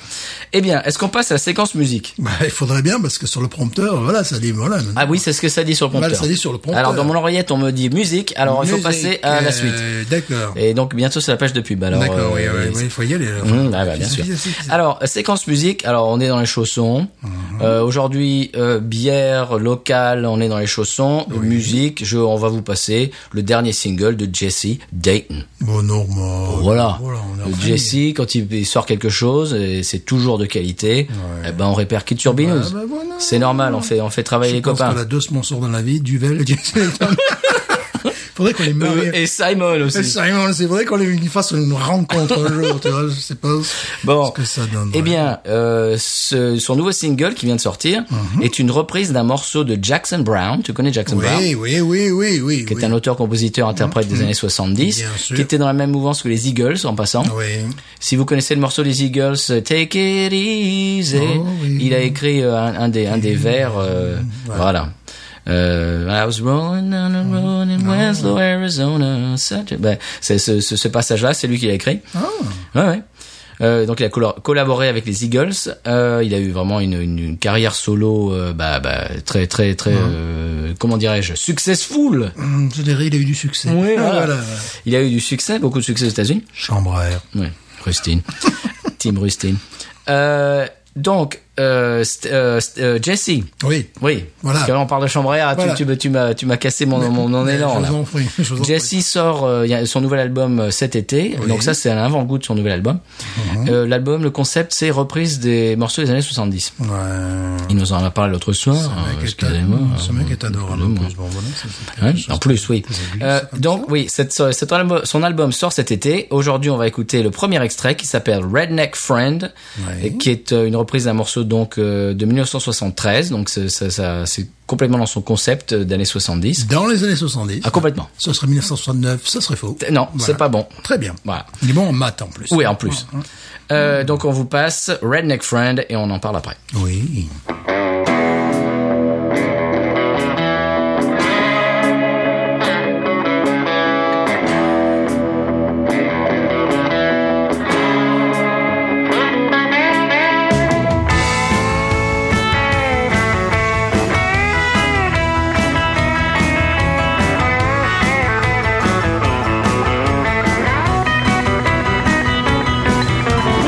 Speaker 1: Eh bien, est-ce qu'on passe à la séquence musique
Speaker 2: Bah, il faudrait bien parce que sur le prompteur, voilà, ça dit voilà. maintenant.
Speaker 1: Ah oui, c'est ce que ça dit sur le
Speaker 2: Voilà,
Speaker 1: prompteur.
Speaker 2: Bah, ça dit sur le prompteur.
Speaker 1: Alors dans mon oreillette, on me dit musique. Alors il faut passer à la suite.
Speaker 2: Euh, D'accord.
Speaker 1: Et donc bientôt c'est la page de pub. Alors
Speaker 2: D'accord, oui,
Speaker 1: euh,
Speaker 2: oui,
Speaker 1: c'est-
Speaker 2: oui, il faut y aller. alors.
Speaker 1: Mmh, ah bah, bien sûr. Alors euh, séquence musique. Alors on est dans les chaussons.
Speaker 2: Mhm.
Speaker 1: Euh, Aujourd'hui euh, bière locale, on est dans les chaussons. Musique, je, on va vous passer le dernier single de Jesse Dayton.
Speaker 2: Bon, normal.
Speaker 1: Voilà.
Speaker 2: Oh, ben on est en
Speaker 1: Le
Speaker 2: famille.
Speaker 1: Jesse, quand il il sort quelque chose, et c'est toujours de qualité, eh ben on répercute sur Binous.
Speaker 2: bah voilà.
Speaker 1: c'est normal, on fait on fait travailler
Speaker 2: Je
Speaker 1: les
Speaker 2: pense
Speaker 1: copains.
Speaker 2: qu'on a deux sponsors dans la vie, Duvel et
Speaker 1: [LAUGHS]
Speaker 2: Jason Elton. Faudrait qu'on les
Speaker 1: Euh,
Speaker 2: marie.
Speaker 1: et Simon aussi.
Speaker 2: Eh, Sérieusement, c'est vrai qu'on les fasse une rencontre un jour, tu vois, je sais pas ce-
Speaker 1: Bon.
Speaker 2: ce que ça donne.
Speaker 1: Eh bien, euh, ce- son nouveau single qui vient de sortir est une reprise d'un morceau de Jackson Brown. Tu connais Jackson Brown
Speaker 2: Mhm. Oui, oui, oui, oui, oui. Mhm.
Speaker 1: qui est un auteur-compositeur-interprète des années 70,
Speaker 2: Bien sûr.
Speaker 1: qui était dans la même mouvance que les Eagles en passant.
Speaker 2: Oui.
Speaker 1: Si vous connaissez le morceau des Eagles, euh, Take It Easy,
Speaker 2: Oh, oui.
Speaker 1: il a écrit euh, un, un des, un des vers. euh, Voilà. Euh, I was rolling down the
Speaker 2: Oh.
Speaker 1: road in
Speaker 2: Ah.
Speaker 1: Winslow, Arizona. such a- Ben, c'est ce, ce- ce passage-là, c'est lui qui l'a écrit.
Speaker 2: Ah.
Speaker 1: Ouais, ouais. Euh, donc il a collo- collaboré avec les Eagles. Euh, il a eu vraiment une, une- une carrière solo, euh, bah, bah, très très très,
Speaker 2: Ah.
Speaker 1: euh, comment dirais-je, successful.
Speaker 2: Hum, Je dirais, il a eu du succès.
Speaker 1: Oui,
Speaker 2: Ah,
Speaker 1: voilà. Il a eu du succès, beaucoup de succès aux États-Unis.
Speaker 2: Chambre à air.
Speaker 1: Ouais, Rustine. [LAUGHS] Team Rustine. Euh, donc, euh, st- euh, st- euh, Jesse.
Speaker 2: Oui.
Speaker 1: Oui.
Speaker 2: Voilà.
Speaker 1: Parce que là, on parle de chambre à air. Ah, tu-
Speaker 2: Voilà.
Speaker 1: Tu, m'as- tu m'as, tu m'as cassé mon, mon, mon élan,
Speaker 2: Je
Speaker 1: là.
Speaker 2: vous en prie, je vous en prie.
Speaker 1: Jesse sort euh, il y a son nouvel album euh, cet été.
Speaker 2: Oui. Uh-huh.
Speaker 1: Donc ça, c'est un avant-goût de son nouvel album. Euh, l'album, le concept, c'est reprise des morceaux des années 70.
Speaker 2: Ouais.
Speaker 1: Il nous en a parlé l'autre soir.
Speaker 2: Ce
Speaker 1: euh,
Speaker 2: mec est
Speaker 1: Ah, excusez-moi.
Speaker 2: ad- Ce mec
Speaker 1: Euh,
Speaker 2: est adorable. En
Speaker 1: excusez-moi.
Speaker 2: plus, bon, voilà, ça, c'est
Speaker 1: Hein,
Speaker 2: quelque chose
Speaker 1: en plus, oui.
Speaker 2: que j'oublie,
Speaker 1: Euh,
Speaker 2: ça, comme
Speaker 1: donc, oui, cette, cette album- son album sort cet été. Aujourd'hui, on va écouter le premier extrait qui s'appelle Redneck Friend,
Speaker 2: Ouais.
Speaker 1: et qui est euh, une reprise d'un morceau donc euh, de 1973. Donc, c'est- ça, ça- c'est complètement dans son concept euh, d'années 70.
Speaker 2: ça. Dans les années 70.
Speaker 1: Ah, complètement.
Speaker 2: Ce serait 1969, ça serait faux.
Speaker 1: T- Non,
Speaker 2: Voilà.
Speaker 1: c'est pas bon.
Speaker 2: Très bien.
Speaker 1: Voilà.
Speaker 2: Il est bon Hein. en maths en plus.
Speaker 1: Oui, en plus. Euh, donc, on vous passe Redneck Friend et on en parle après.
Speaker 2: Oui.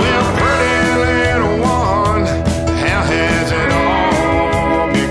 Speaker 4: Well, pretty little one, how has it all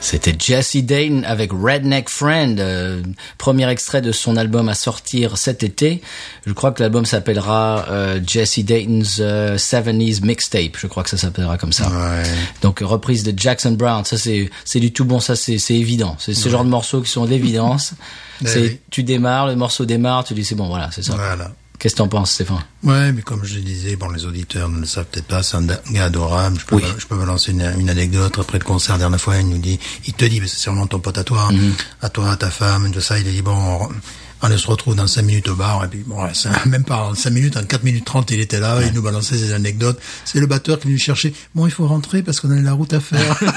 Speaker 1: C'était Jesse Dane avec Redneck Friend, euh, premier extrait de son album à sortir cet été. Je crois que l'album s'appellera euh, Jesse Dayton's euh, 70s Mixtape, je crois que ça s'appellera comme ça.
Speaker 2: Ouais.
Speaker 1: Donc reprise de Jackson Brown, ça c'est c'est du tout bon, ça c'est c'est évident. C'est ce genre de morceaux qui sont
Speaker 2: [LAUGHS]
Speaker 1: d'évidence.
Speaker 2: Ouais,
Speaker 1: c'est
Speaker 2: Eh oui.
Speaker 1: tu démarres, le morceau démarre, tu dis c'est bon, voilà, c'est ça.
Speaker 2: Voilà.
Speaker 1: Qu'est-ce que t'en penses,
Speaker 2: [LAUGHS]
Speaker 1: Stéphane
Speaker 2: Ouais, mais comme je le disais, bon, les auditeurs ne le savent peut-être pas, c'est un da- gars adorable. Je peux,
Speaker 1: Oui.
Speaker 2: ba- je peux balancer une, une anecdote après le concert, la dernière fois, il nous dit, il te dit, mais c'est sûrement ton pote à toi, hein,
Speaker 1: Mm-hmm.
Speaker 2: à toi, à ta femme, tout ça. Il a dit, bon, on, on se retrouve dans cinq minutes au bar, et puis bon, ouais, c'est- [LAUGHS] même pas en cinq minutes, en 4 minutes 30, il était là, il nous balançait ses anecdotes. C'est le batteur qui nous cherchait. Bon, il faut rentrer parce qu'on a la route
Speaker 1: [LAUGHS]
Speaker 2: à faire. Eh,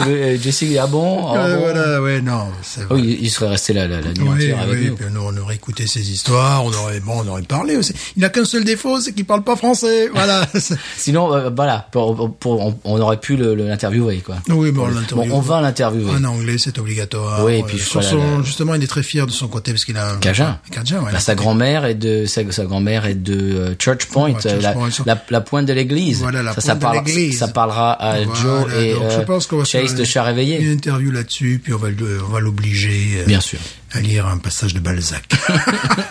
Speaker 1: Euh, Jesse, ah bon, Ah bon
Speaker 2: Euh,
Speaker 1: Ah
Speaker 2: voilà, ouais, non, c'est vrai.
Speaker 1: Oui, il- il serait resté là la, la nuit
Speaker 2: Oui,
Speaker 1: entière avec
Speaker 2: oui,
Speaker 1: nous.
Speaker 2: puis on, on aurait écouté ses histoires, on aurait, bon, on aurait parlé aussi. Il n'a qu'un seul défaut, c'est qu'il parle pas français.
Speaker 1: [LAUGHS]
Speaker 2: Voilà. C'est-
Speaker 1: Sinon, euh, voilà, pour- pour- pour- on, on aurait pu le- le- l'interviewer, quoi.
Speaker 2: oui,
Speaker 1: Bon,
Speaker 2: bon, l'interview.
Speaker 1: on va l'interviewer.
Speaker 2: En anglais, c'est obligatoire.
Speaker 1: Oui, et puis,
Speaker 2: Euh, sur
Speaker 1: voilà,
Speaker 2: son-
Speaker 1: le-
Speaker 2: justement, il est très fier de son côté parce qu'il a.
Speaker 1: Cajun.
Speaker 2: Cajun, ouais.
Speaker 1: Bah, sa grand-mère est de sa, sa grand-mère est de euh, Church Point,
Speaker 2: Ouais, Church
Speaker 1: euh, la,
Speaker 2: Point, ça.
Speaker 1: la, la pointe de l'église.
Speaker 2: Voilà, la
Speaker 1: ça, ça,
Speaker 2: pointe de
Speaker 1: parle-
Speaker 2: l'église.
Speaker 1: ça parlera à
Speaker 2: Voilà,
Speaker 1: Joe et
Speaker 2: donc je
Speaker 1: euh,
Speaker 2: pense qu'on va faire
Speaker 1: Chase de
Speaker 2: une-
Speaker 1: Chat
Speaker 2: Une
Speaker 1: Réveillé.
Speaker 2: interview là-dessus, puis on va le- on va l'obliger euh,
Speaker 1: Bien sûr.
Speaker 2: à lire un passage de Balzac.
Speaker 1: [LAUGHS]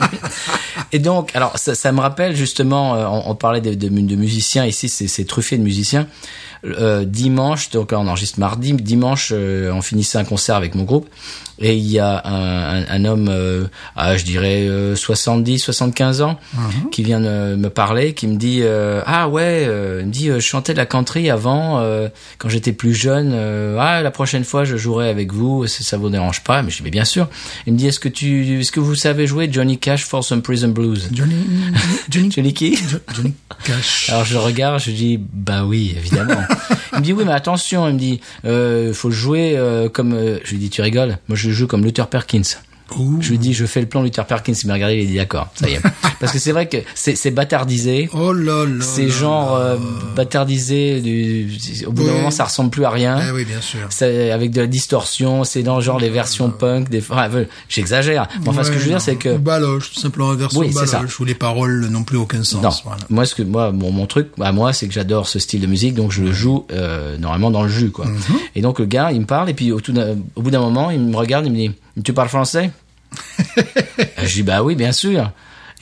Speaker 1: Et donc, alors ça, ça me rappelle justement, euh, on, on parlait de, de, de musiciens ici, c'est c'est truffé de musiciens. Euh, dimanche, donc là on enregistre mardi, dimanche euh, on finissait un concert avec mon groupe et il y a un, un- un homme, euh, à, je dirais euh, 70, 75 ans, qui vient de me parler, qui me dit euh, ah ouais, euh, il me dit euh, je chantais de la country avant euh, quand j'étais plus jeune. euh, ah la prochaine fois je jouerai avec vous, si ça vous dérange pas. Mais je dis mais bien sûr. Il me dit est-ce que tu est-ce que vous savez jouer Johnny Cash for some prison blues?
Speaker 2: Johnny, Johnny,
Speaker 1: Johnny qui
Speaker 2: Jo- Johnny Cash.
Speaker 1: alors je le regarde, je dis bah oui évidemment. il me dit oui mais attention, il me dit euh, faut jouer euh, comme euh, je lui dis tu rigoles, moi je joue comme Luther Perkins.
Speaker 2: Ouh.
Speaker 1: Je lui dis je fais le plan Luther Perkins, il m'a regardé, il a dit d'accord, ça y est. Parce que c'est vrai que c'est c'est bâtardisé.
Speaker 2: Oh là là.
Speaker 1: C'est
Speaker 2: là
Speaker 1: genre
Speaker 2: là.
Speaker 1: euh, bâtardisé, du, au bout d'un
Speaker 2: Oui.
Speaker 1: moment ça ressemble plus à rien.
Speaker 2: Ah oui, bien sûr.
Speaker 1: C'est avec de la distorsion, c'est dans genre les versions punk, des enfin, euh, j'exagère. Mais enfin ce que je veux dire c'est que
Speaker 2: Ou Baloche, tout simplement un version
Speaker 1: Oui, c'est ça.
Speaker 2: baloche, où les paroles n'ont plus aucun
Speaker 1: non,
Speaker 2: sens. Voilà.
Speaker 1: moi ce que moi mon, mon truc à moi c'est que j'adore ce style de musique donc je le joue euh, normalement dans le jus quoi.
Speaker 2: Mhm.
Speaker 1: Et donc le gars il me parle et puis au, tout d'un- au bout d'un moment il me regarde il me dit tu parles français
Speaker 2: [LAUGHS]
Speaker 1: Je dis bah oui bien sûr.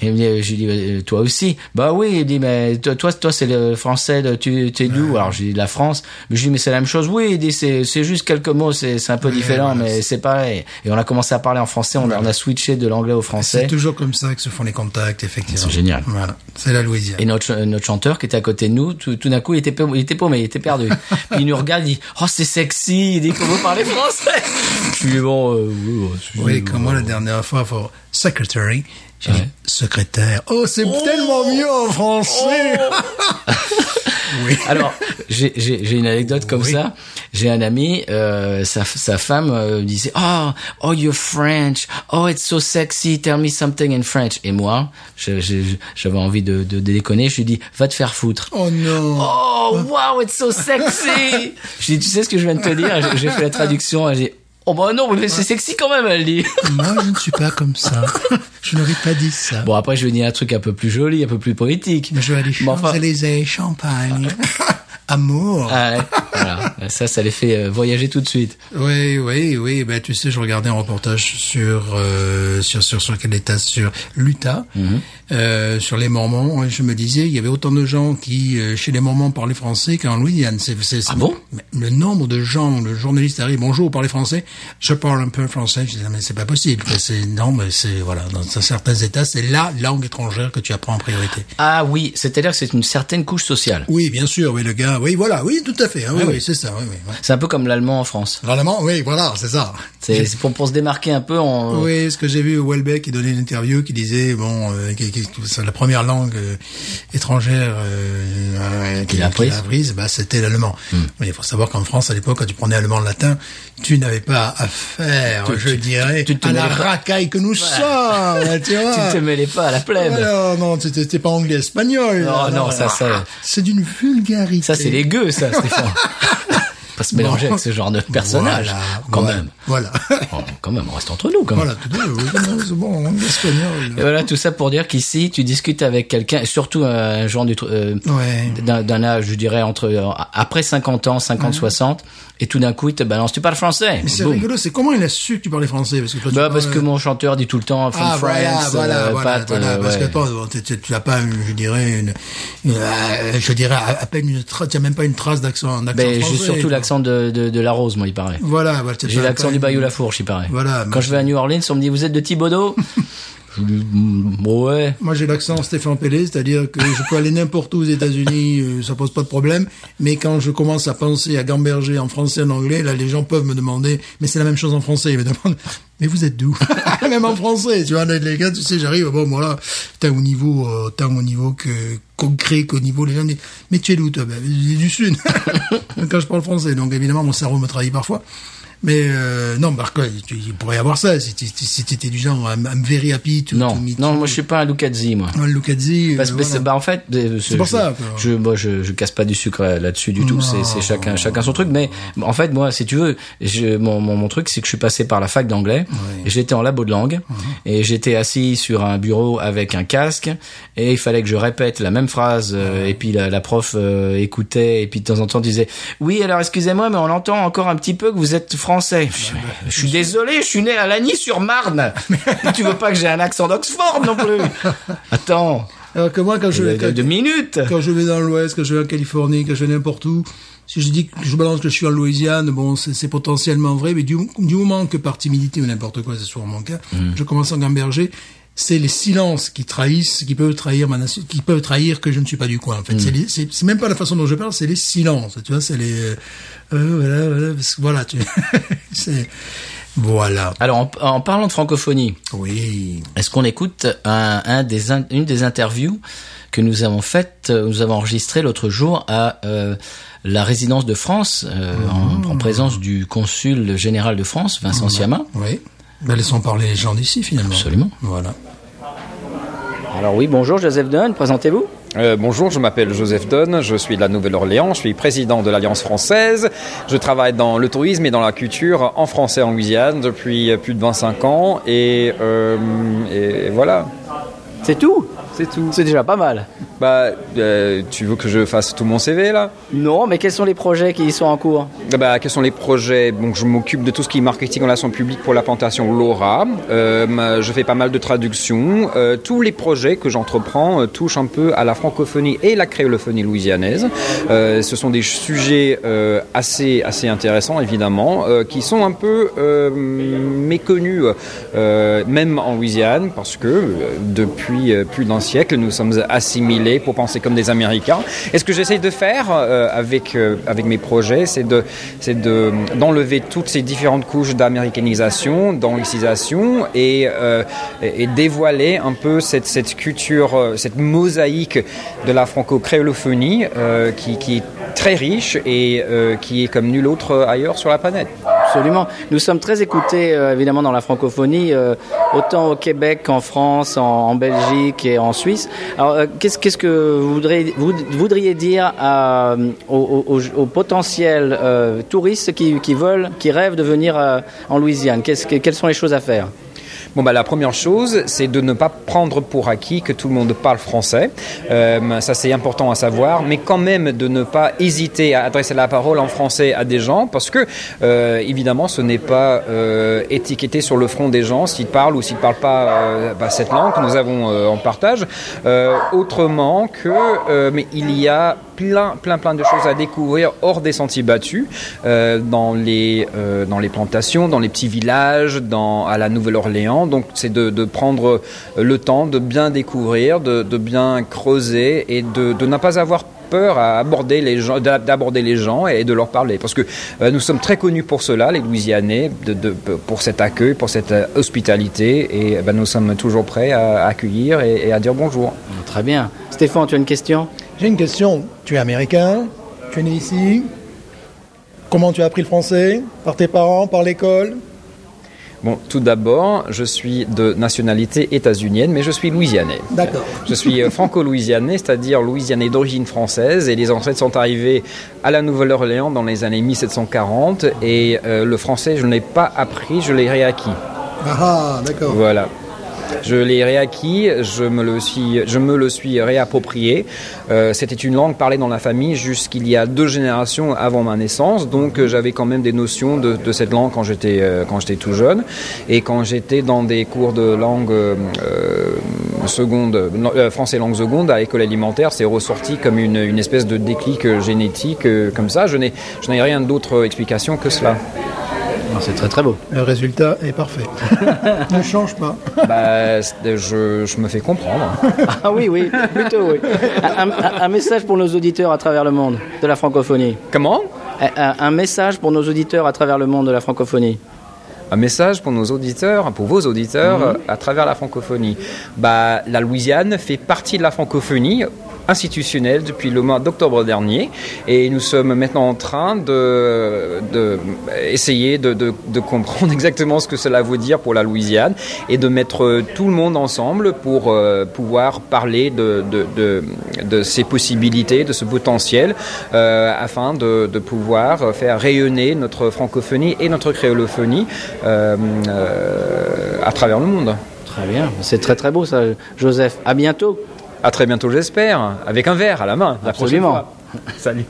Speaker 1: Et il me dit, je lui dis Euh, toi aussi bah oui il me dit mais toi toi, toi c'est le français de- tu t'es d'où alors je dis de la France mais je lui dis mais c'est la même chose oui il dit c'est c'est juste quelques mots c'est c'est un peu différent
Speaker 2: voilà,
Speaker 1: mais c'est pareil et on a commencé à parler en français on, a- on a switché de l'anglais au français
Speaker 2: C'est toujours comme ça que se font les contacts, effectivement.
Speaker 1: C'est génial.
Speaker 2: Voilà. C'est la Louisiane.
Speaker 1: Et notre, ch- notre chanteur qui était à côté de nous, tout, tout d'un coup, il était, pa- il était paumé, il était perdu. Puis il nous regarde, il dit Oh, c'est sexy, il dit Comment vous parlez français Je lui dis Bon, euh, oui, bon, je-
Speaker 2: Oui, comme moi la dernière fois pour secretary, j'ai dit
Speaker 1: euh, Ouais.
Speaker 2: secrétaire. Oh, c'est tellement mieux en français. [LAUGHS] oui.
Speaker 1: [LAUGHS] Alors, j'ai j'ai- j'ai une anecdote comme
Speaker 2: Oui.
Speaker 1: ça. J'ai un ami, euh, sa, sa femme euh, disait Oh, oh, you're French. Oh, it's so sexy. Tell me something in French. Et moi, je- je- j'avais envie de, de, de déconner. Je lui dis Va te faire foutre.
Speaker 2: Oh non.
Speaker 1: Oh, wow, it's so sexy! [LAUGHS] je dis, tu sais ce que je viens de te dire? J'ai- J'ai fait la traduction, et j'ai, oh bah non, mais c'est sexy quand même, elle dit.
Speaker 2: Moi, je ne suis pas comme ça. Je n'aurais pas dit ça.
Speaker 1: Bon, après, je vais dire un truc un peu plus joli, un peu plus poétique.
Speaker 2: Mais je vais aller
Speaker 1: Mais enfin- [LAUGHS]
Speaker 2: Champs-Élysées, Champagne. Amour.
Speaker 1: Ah ouais, voilà. Ça, ça les fait euh, voyager tout de suite.
Speaker 2: Oui, oui, oui. Ben, tu sais, je regardais un reportage sur euh, sur sur sur quel état sur l'Utah,
Speaker 1: Mhm.
Speaker 2: euh, sur les Mormons. Et je me disais, il y avait autant de gens qui euh, chez les Mormons parlaient français qu'en Louisiane. C'est, c'est,
Speaker 1: Ah bon
Speaker 2: Mais Le nombre de gens, le journaliste arrive, bonjour, vous parlez français. Je parle un peu français. Je disais, mais c'est pas possible. Ben, C'est non, mais c'est voilà. Dans certains États, c'est la langue étrangère que tu apprends en priorité.
Speaker 1: Ah oui, c'est-à-dire que c'est une certaine couche sociale.
Speaker 2: Oui, bien sûr. Oui, le gars. Oui, voilà. Oui, tout à fait.
Speaker 1: Ah
Speaker 2: hein, oui, oui, c'est ça. Oui, oui. oui.
Speaker 1: C'est un peu comme l'allemand en France.
Speaker 2: Vraiment, oui, voilà, c'est ça.
Speaker 1: C'est c'est pour, pour se démarquer un peu en...
Speaker 2: Oui, ce que j'ai vu, Welbeck, qui donnait une interview, qui disait, bon, euh, qui- qui- c'est la première langue euh, étrangère euh, euh,
Speaker 1: Qu'il a apprise. Hmm.
Speaker 2: bah, c'était l'allemand. Mais il faut savoir qu'en France, à l'époque, quand tu prenais allemand latin, tu n'avais pas affaire, je dirais,
Speaker 1: tu te
Speaker 2: à la
Speaker 1: mêlais pas.
Speaker 2: racaille que
Speaker 1: [LAUGHS]
Speaker 2: nous sommes, tu
Speaker 1: Tu
Speaker 2: vois.
Speaker 1: ne te mêlais pas à la plèbe.
Speaker 2: Alors, non, c'était c'était pas anglais, espagnol.
Speaker 1: Non,
Speaker 2: Alors,
Speaker 1: non, ça, ça-
Speaker 2: C'est d'une vulgarité. [LAUGHS]
Speaker 1: Ça, c'est les gueux, ça, Stéphane. pas se mélanger
Speaker 2: Bon.
Speaker 1: avec ce genre de personnage.
Speaker 2: Voilà,
Speaker 1: quand
Speaker 2: voilà,
Speaker 1: même.
Speaker 2: Voilà. [LAUGHS]
Speaker 1: Oh, quand même, on reste entre nous quand même.
Speaker 2: voilà, tout de même, oui, non, c'est bon, en langue espagnole.
Speaker 1: Et voilà, tout ça pour dire qu'ici, tu discutes avec quelqu'un, et surtout un genre du, tru- euh,
Speaker 2: Ouais.
Speaker 1: d'un d'un âge, je dirais, entre euh, après 50 ans, 50, 60, et tout d'un coup, il te balance, tu parles français.
Speaker 2: Mais c'est
Speaker 1: Boum.
Speaker 2: rigolo, c'est comment il a su que tu parlais français parce que, toi, tu
Speaker 1: Bah,
Speaker 2: parles-
Speaker 1: parce que mon chanteur dit tout le temps, from
Speaker 2: ah, voilà,
Speaker 1: France,
Speaker 2: voilà,
Speaker 1: euh,
Speaker 2: voilà,
Speaker 1: Pat,
Speaker 2: voilà,
Speaker 1: euh,
Speaker 2: parce que
Speaker 1: ouais.
Speaker 2: attends, bon, tu- tu tu n'as pas, une- je dirais, une, une- euh, je dirais à à peine une trace, tu n'as même pas une trace d'accent, d'accent
Speaker 1: Ben, j'ai
Speaker 2: français,
Speaker 1: surtout
Speaker 2: quoi.
Speaker 1: l'accent de, de, de la rose, moi, il paraît.
Speaker 2: Voilà, voilà, tu-
Speaker 1: J'ai
Speaker 2: t'as
Speaker 1: l'accent
Speaker 2: pas
Speaker 1: du
Speaker 2: une-
Speaker 1: Bayou La Fourche, il paraît.
Speaker 2: Voilà,
Speaker 1: Quand
Speaker 2: mais-
Speaker 1: je vais à New Orleans, on me dit, vous êtes de
Speaker 2: [LAUGHS]
Speaker 1: Thibodeau? je lui dis, Mm, ouais.
Speaker 2: Moi, j'ai l'accent Stéphane Pellet, c'est-à-dire que je peux aller n'importe où aux États-Unis, euh, ça pose pas de problème. Mais quand je commence à penser à gamberger en français, en anglais, là, les gens peuvent me demander, mais c'est la même chose en français, ils me demandent, mais vous êtes d'où? [LAUGHS] même en français, tu vois, les gars, tu sais, j'arrive, bon, voilà, tant au niveau, euh, tant au niveau que, concret qu'au niveau, les gens disent, mais tu es d'où, toi? Ben, je dis du Sud. [LAUGHS] quand je parle français. Donc, évidemment, mon cerveau me trahit parfois. Mais euh, non, par contre, tu- il pourrait y avoir ça si tu si t'étais du genre I'm, I'm very happy to, to
Speaker 1: Non,
Speaker 2: meet
Speaker 1: non,
Speaker 2: you.
Speaker 1: moi, je suis pas un Lucazzi, moi.
Speaker 2: Ouais, Lucchesi,
Speaker 1: Parce
Speaker 2: euh,
Speaker 1: que
Speaker 2: voilà.
Speaker 1: c'est- bah, en fait, euh,
Speaker 2: C'est pour
Speaker 1: je,
Speaker 2: ça, quoi.
Speaker 1: Je, moi, je, je casse pas du sucre euh, là-dessus du tout. C'est, c'est chacun, chacun son truc. Mais en fait, moi, si tu veux, je, mon, mon, mon truc, c'est que je suis passé par la fac d'anglais. et J'étais en labo de langue et j'étais assis sur un bureau avec un casque et il fallait que je répète la même phrase. euh, et puis la, la prof euh, écoutait et puis de temps en temps disait oui, alors excusez-moi, mais on entend encore un petit peu que vous êtes français. Je, je suis désolé, je suis né à
Speaker 2: [LAUGHS]
Speaker 1: Lagny-sur-Marne. tu veux pas que j'ai un accent d'Oxford non plus Attends.
Speaker 2: Alors que moi, quand je,
Speaker 1: De- euh, de-
Speaker 2: quand,
Speaker 1: de minutes.
Speaker 2: quand je vais dans l'Ouest, quand je vais en Californie, quand je vais n'importe où, si je dis que je balance que je suis en Louisiane, bon, c'est c'est potentiellement vrai, mais du, du moment que par timidité ou n'importe quoi, c'est souvent mon cas,
Speaker 1: Mm.
Speaker 2: je commence à gamberger. C'est les silences qui trahissent, qui peuvent trahir ma nation, qui peuvent trahir que je ne suis pas du coin. En
Speaker 1: Mm.
Speaker 2: fait, C'est les- c'est c'est même pas la façon dont je parle, c'est les silences. Tu vois, c'est les euh, euh, voilà, voilà, parce que voilà, tu, [LAUGHS] c'est voilà,
Speaker 1: Alors, en, en parlant de francophonie,
Speaker 2: oui,
Speaker 1: est-ce qu'on écoute un, un des, in- une des interviews que nous avons faites, euh, nous avons enregistré l'autre jour à euh, la résidence de France, euh, en, en présence du consul général de France, Vincent Siama
Speaker 2: oui. Ben, laissons parler les gens d'ici finalement.
Speaker 1: Absolument.
Speaker 2: Voilà.
Speaker 1: Alors oui, bonjour Joseph Dunn, présentez-vous.
Speaker 4: Euh, bonjour, je m'appelle Joseph Donne, je suis de la Nouvelle-Orléans, je suis président de l'Alliance française, je travaille dans le tourisme et dans la culture en français en Louisiane depuis plus de 25 ans et, euh, et voilà.
Speaker 1: C'est tout
Speaker 4: C'est tout.
Speaker 1: C'est déjà pas mal.
Speaker 4: Bah, euh, tu veux que je fasse tout mon CV là
Speaker 1: Non, mais quels sont les projets qui y sont en cours
Speaker 4: Ah bah, quels sont les projets Donc, Je m'occupe de tout ce qui est marketing, relations publiques pour la plantation Laura. Euh, je fais pas mal de traductions. Euh, tous les projets que j'entreprends euh, touchent un peu à la francophonie et la créolophonie louisianaise. Euh, ce sont des sujets euh, assez, assez intéressants, évidemment, euh, qui sont un peu euh, méconnus, euh, même en Louisiane, parce que euh, depuis euh, plus d'un siècle, nous sommes assimilés pour penser comme des Américains. Et ce que j'essaie de faire euh, avec, euh, avec mes projets, c'est de, c'est de, d'enlever toutes ces différentes couches d'américanisation, d'anglicisation et, euh, et, et dévoiler un peu cette, cette culture, euh, cette mosaïque de la franco-créolophonie euh, qui, qui est très riche et euh, qui est comme nul autre ailleurs sur la planète.
Speaker 1: Absolument. Nous sommes très écoutés, euh, évidemment, dans la francophonie, euh, autant au Québec qu'en France, en, en Belgique et en Suisse. Alors, euh, qu'est-ce qu'est-ce que vous voudriez, vous voudriez dire à, euh, aux, aux- aux- aux potentiels euh, touristes qui, qui veulent, qui rêvent de venir euh, en Louisiane Qu'est-ce que- Quelles sont les choses à faire
Speaker 4: Bon, bah, la première chose, c'est de ne pas prendre pour acquis que tout le monde parle français. Euh, ça, c'est important à savoir, mais quand même de ne pas hésiter à adresser la parole en français à des gens, parce que, euh, évidemment, ce n'est pas euh, étiqueté sur le front des gens s'ils parlent ou s'ils ne parlent pas euh, bah, cette langue que nous avons euh, en partage. Euh, autrement que, euh, mais il y a plein, plein, plein de choses à découvrir hors des sentiers battus, euh, dans, les, euh, dans les plantations, dans les petits villages, dans, à la Nouvelle-Orléans. Donc, c'est de, de prendre euh, le temps de bien découvrir, de, de bien creuser et de, de ne pas avoir peur à aborder les gens, d'a- d'aborder les gens et de leur parler. Parce que euh, nous sommes très connus pour cela, les Louisianais, de, de- pour cet accueil, pour cette euh, hospitalité. Et euh, ben, nous sommes toujours prêts à accueillir et- et à dire bonjour.
Speaker 1: Ah, Très bien. Stéphane, tu as une question
Speaker 2: J'ai une question. Tu es américain, tu es né ici. Comment tu as appris le français Par tes parents, par l'école
Speaker 4: Bon, tout d'abord, je suis de nationalité états-unienne, mais je suis louisianais.
Speaker 2: D'accord.
Speaker 4: Je suis euh, franco-louisianais, c'est-à-dire louisianais d'origine française, et les ancêtres sont arrivés à la Nouvelle-Orléans dans les années 1740, et euh, le français, je ne l'ai pas appris, je l'ai réacquis.
Speaker 2: Ah, ah, d'accord.
Speaker 4: Voilà. Je l'ai réacquis, je me le suis, je me le suis réapproprié. Euh, C'était une langue parlée dans la famille jusqu'il y a deux générations avant ma naissance, donc euh, j'avais quand même des notions de, de cette langue quand j'étais euh, quand j'étais tout jeune et quand j'étais dans des cours de langue euh, euh, seconde, non, euh, français langue seconde à l'école alimentaire, c'est ressorti comme une, une espèce de déclic euh, génétique euh, comme ça. Je n'ai je n'ai rien d'autre explication que cela.
Speaker 1: C'est très très beau.
Speaker 2: Le résultat est parfait. [LAUGHS] ne change pas.
Speaker 4: Bah, c'est- je, je me fais comprendre.
Speaker 5: Ah oui, oui, plutôt oui. Un, un- un message pour nos auditeurs à travers le monde de la francophonie.
Speaker 4: Comment
Speaker 5: Un, un- un message pour nos auditeurs à travers le monde de la francophonie.
Speaker 4: un message pour nos auditeurs, pour vos auditeurs, euh, à travers la francophonie. Bah, la Louisiane fait partie de la francophonie institutionnelle depuis le mois d'octobre dernier et nous sommes maintenant en train de, de essayer de, de- de comprendre [LAUGHS] exactement ce que cela veut dire pour la Louisiane et de mettre euh, tout le monde ensemble pour euh, pouvoir parler de, de- de- de ces possibilités, de ce potentiel euh, afin de, de pouvoir faire rayonner notre francophonie et notre créolophonie euh, euh, à travers le monde.
Speaker 5: Très bien, c'est très très beau ça, Joseph. À bientôt.
Speaker 4: À très bientôt, j'espère, avec un verre à la main. la prochaine
Speaker 5: Absolument.
Speaker 4: fois. Salut.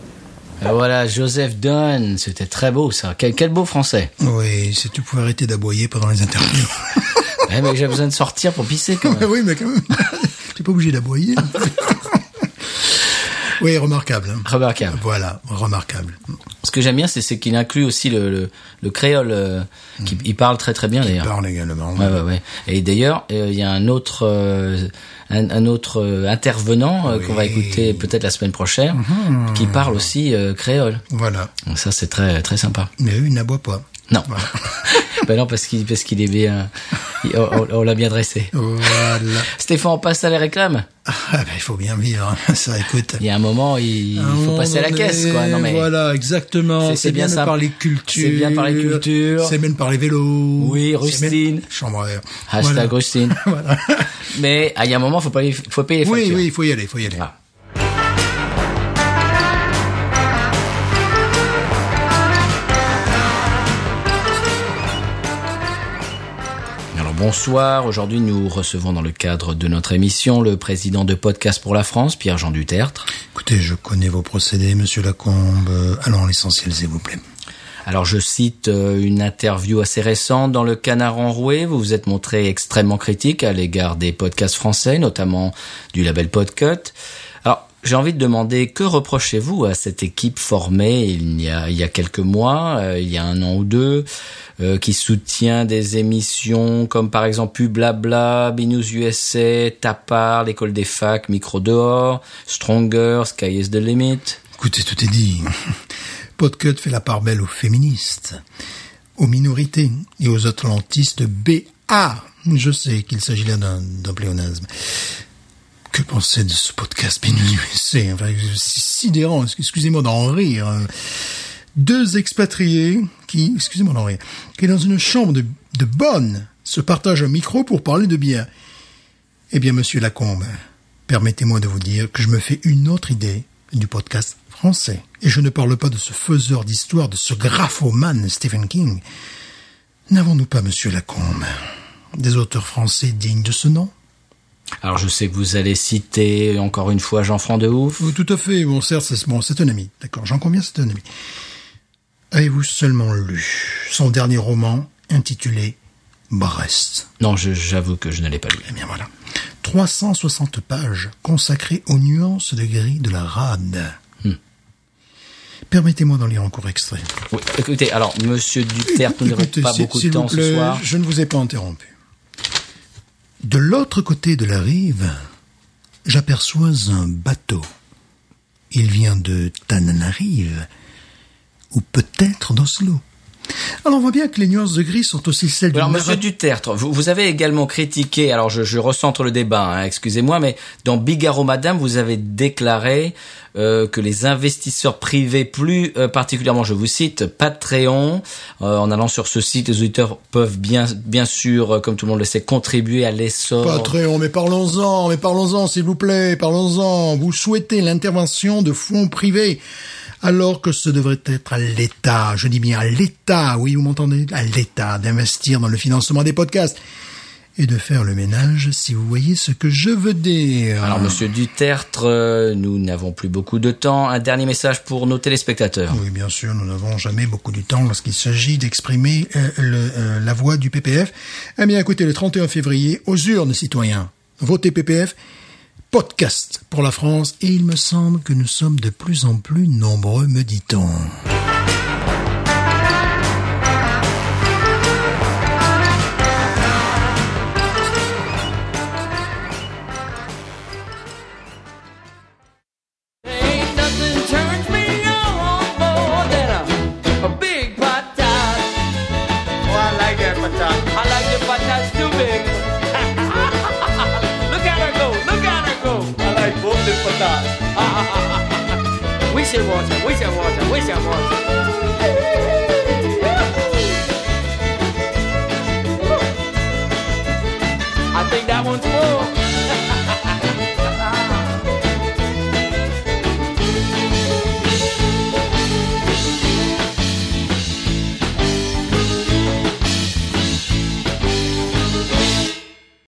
Speaker 1: Et Euh, voilà, Joseph Dunn, c'était très beau ça. Quel, quel beau français.
Speaker 2: Oui, si tu pouvais arrêter d'aboyer pendant les [LAUGHS] interviews.
Speaker 1: Ouais, Eh, mais j'ai besoin de sortir pour pisser quand
Speaker 5: [LAUGHS]
Speaker 1: même.
Speaker 2: oui, mais quand [LAUGHS] même, t'es pas obligé d'aboyer. [LAUGHS] oui, remarquable. hein.
Speaker 1: Remarquable.
Speaker 2: Voilà, remarquable.
Speaker 1: Ce que j'aime bien, c'est c'est qu'il inclut aussi le, le, le créole, euh, qui il parle très très bien d'ailleurs.
Speaker 2: Parle également.
Speaker 1: Ouais, ouais, ouais. Et d'ailleurs, euh, il y a un autre, euh, un, un autre euh, intervenant euh, qu'on va écouter peut-être la semaine prochaine,
Speaker 5: Mhm.
Speaker 1: qui parle aussi euh, créole.
Speaker 2: Voilà.
Speaker 1: Donc ça, c'est très très sympa.
Speaker 2: Mais eux, ils n'aboient [LAUGHS] pas.
Speaker 1: Non, [LAUGHS] ben non parce qu'il parce qu'il est bien, il- on, on- on l'a bien dressé.
Speaker 2: Voilà. [LAUGHS]
Speaker 1: Stéphane, on passe à la réclame.
Speaker 2: Ah, ben, il faut bien vivre, ça, écoute.
Speaker 1: Il y a un moment, il, il
Speaker 2: À un
Speaker 1: faut
Speaker 2: moment
Speaker 1: passer à la
Speaker 2: donné,
Speaker 1: caisse, quoi. Non mais
Speaker 2: Ah, Voilà,
Speaker 1: C'est-
Speaker 2: exactement. C'est,
Speaker 1: c'est bien
Speaker 2: bien, de
Speaker 1: ça.
Speaker 2: parler culture.
Speaker 1: C'est bien de parler culture.
Speaker 2: C'est bien de parler vélo.
Speaker 1: Oui,
Speaker 2: C'est bien-
Speaker 1: Rustine.
Speaker 2: Chambre à air.
Speaker 1: hashtag
Speaker 2: Voilà.
Speaker 1: Austin.
Speaker 2: [LAUGHS]
Speaker 1: [LAUGHS]
Speaker 2: Voilà.
Speaker 1: Mais ah, il y a un moment, faut pas, faut payer les
Speaker 2: Oui,
Speaker 1: factures.
Speaker 2: oui, il faut y aller, il faut y aller.
Speaker 1: Ah. Alors bonsoir, aujourd'hui nous recevons dans le cadre de notre émission le président de Podcast pour la France, Pierre-Jean Dutertre.
Speaker 2: Écoutez, je connais vos procédés, monsieur Lacombe. Euh, Allons à l'essentiel, s'il vous plaît.
Speaker 1: Alors je cite euh, une interview assez récente dans le Canard enroué, vous vous êtes montré extrêmement critique à l'égard des podcasts français, notamment du label Podcut. Alors j'ai envie de demander, que reprochez-vous à cette équipe formée il y a, il y a quelques mois, euh, il y a un an ou deux, euh, qui soutient des émissions comme par exemple Blabla, Binous USA, Tapar, l'école des facs, Micro dehors, Stronger, Sky is the limit
Speaker 2: Écoutez, tout est dit. [LAUGHS] Podcut fait la part belle aux féministes, aux minorités et aux atlantistes BA. Je sais qu'il s'agit là d'un d'un pléonasme. Que pensez de ce podcast Binous USA Enfin, C'est sidérant, excusez-moi d'en rire. Deux expatriés qui, excusez-moi d'en rire, qui dans une chambre de, de bonne se partagent un micro pour parler de bien. Eh bien, monsieur Lacombe, permettez-moi de vous dire que je me fais une autre idée du podcast français. Et je ne parle pas de ce faiseur d'histoire, de ce graphomane Stephen King. N'avons-nous pas, monsieur Lacombe, des auteurs français dignes de ce nom
Speaker 1: Alors je sais que vous allez citer encore une fois Jean-Franc de Ouf.
Speaker 2: Oui, Oh, Tout à fait. Bon, certes, c'est bon, c'est un ami. D'accord, j'en conviens, c'est un ami. Avez-vous seulement lu son dernier roman intitulé Brest
Speaker 1: Non, je- j'avoue que je ne l'ai pas lu.
Speaker 2: Eh bien voilà. 360 pages consacrées aux nuances de gris de la rade.
Speaker 1: Hmm.
Speaker 2: Permettez-moi d'en lire encore extrait.
Speaker 1: Oui, écoutez, alors Monsieur Duterte, nous n'avons
Speaker 2: Écoutez,
Speaker 1: pas
Speaker 2: s'il-
Speaker 1: beaucoup de
Speaker 2: s'il
Speaker 1: temps
Speaker 2: vous plaît,
Speaker 1: ce soir.
Speaker 2: Je ne vous ai pas interrompu. De l'autre côté de la rive, j'aperçois un bateau. Il vient de Tananarive, ou peut-être d'Oslo. Alors on voit bien que les nuances de gris sont aussi celles du
Speaker 1: Alors,
Speaker 2: narrateur.
Speaker 1: Monsieur Dutertre, vous, vous avez également critiqué, alors je, je recentre le débat, hein, excusez-moi, mais dans Bigarro Madame, vous avez déclaré euh, que les investisseurs privés, plus euh, particulièrement, je vous cite, Patreon, euh, en allant sur ce site, les auditeurs peuvent bien, bien sûr, euh, comme tout le monde le sait, contribuer à l'essor.
Speaker 2: Pas très, oh, mais parlons-en, mais parlons-en, s'il vous plaît, parlons-en. Vous souhaitez l'intervention de fonds privés, alors que ce devrait être à l'État, je dis bien à l'État, oui, vous m'entendez, à l'État d'investir dans le financement des podcasts et de faire le ménage, si vous voyez ce que je veux dire.
Speaker 1: Alors, Monsieur Duterte, euh, nous n'avons plus beaucoup de temps. Un dernier message pour nos téléspectateurs.
Speaker 2: Oui, bien sûr, nous n'avons jamais beaucoup du temps lorsqu'il s'agit d'exprimer euh, le, euh, la voix du PPF. Eh bien, écoutez, le 31 février, aux urnes, citoyens, votez PPF, podcast pour la France, et il me semble que nous sommes de plus en plus nombreux, me dit-on.
Speaker 6: Ain't nothing turns me on more than a, a big pot tot. Oh, I like that pot tot. I like the pot tots too big. [LAUGHS] look at her go, look at her go. I like both the pot tots. [LAUGHS] we should watch her, we should watch her, we should watch her. I think that one's full.